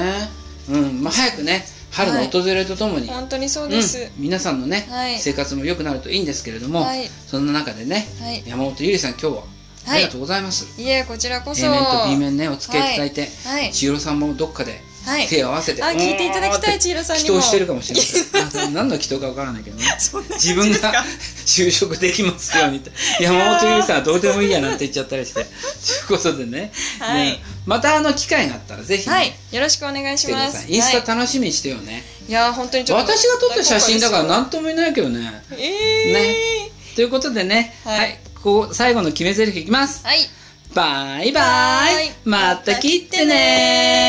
うんまあ、早くね春の訪れとともに、本当にそううんです、皆さんのね、はい生活も良くなるといいんですけれども、はいそんな中でねはい山本ゆりさん今日はあはりいがとうございます、いえこちらこそ A 面と B 面ねお付き合いいただいて、はい千尋さんもどっかではい手を合わせて、あ聞いていただきたい祈千尋さんにも祷してるかもしれ <laughs> ませんあ何の祈祷かわからないけどねそんな自分かが就職できますようにって山本ゆりさんはどうでもいいやなんて言っちゃった <laughs> りしてということでね,ね、はいまたあの機会があったらぜひね、はいよろしくお願い来してくまだすさいインスはタ楽しみにしてよね、い、いやー本当にちょっと私が撮った写真だからな何とも言えないけどねえー、ねということでねはいここ最後の決め台詞いきますはいバイバイバイまた切ってね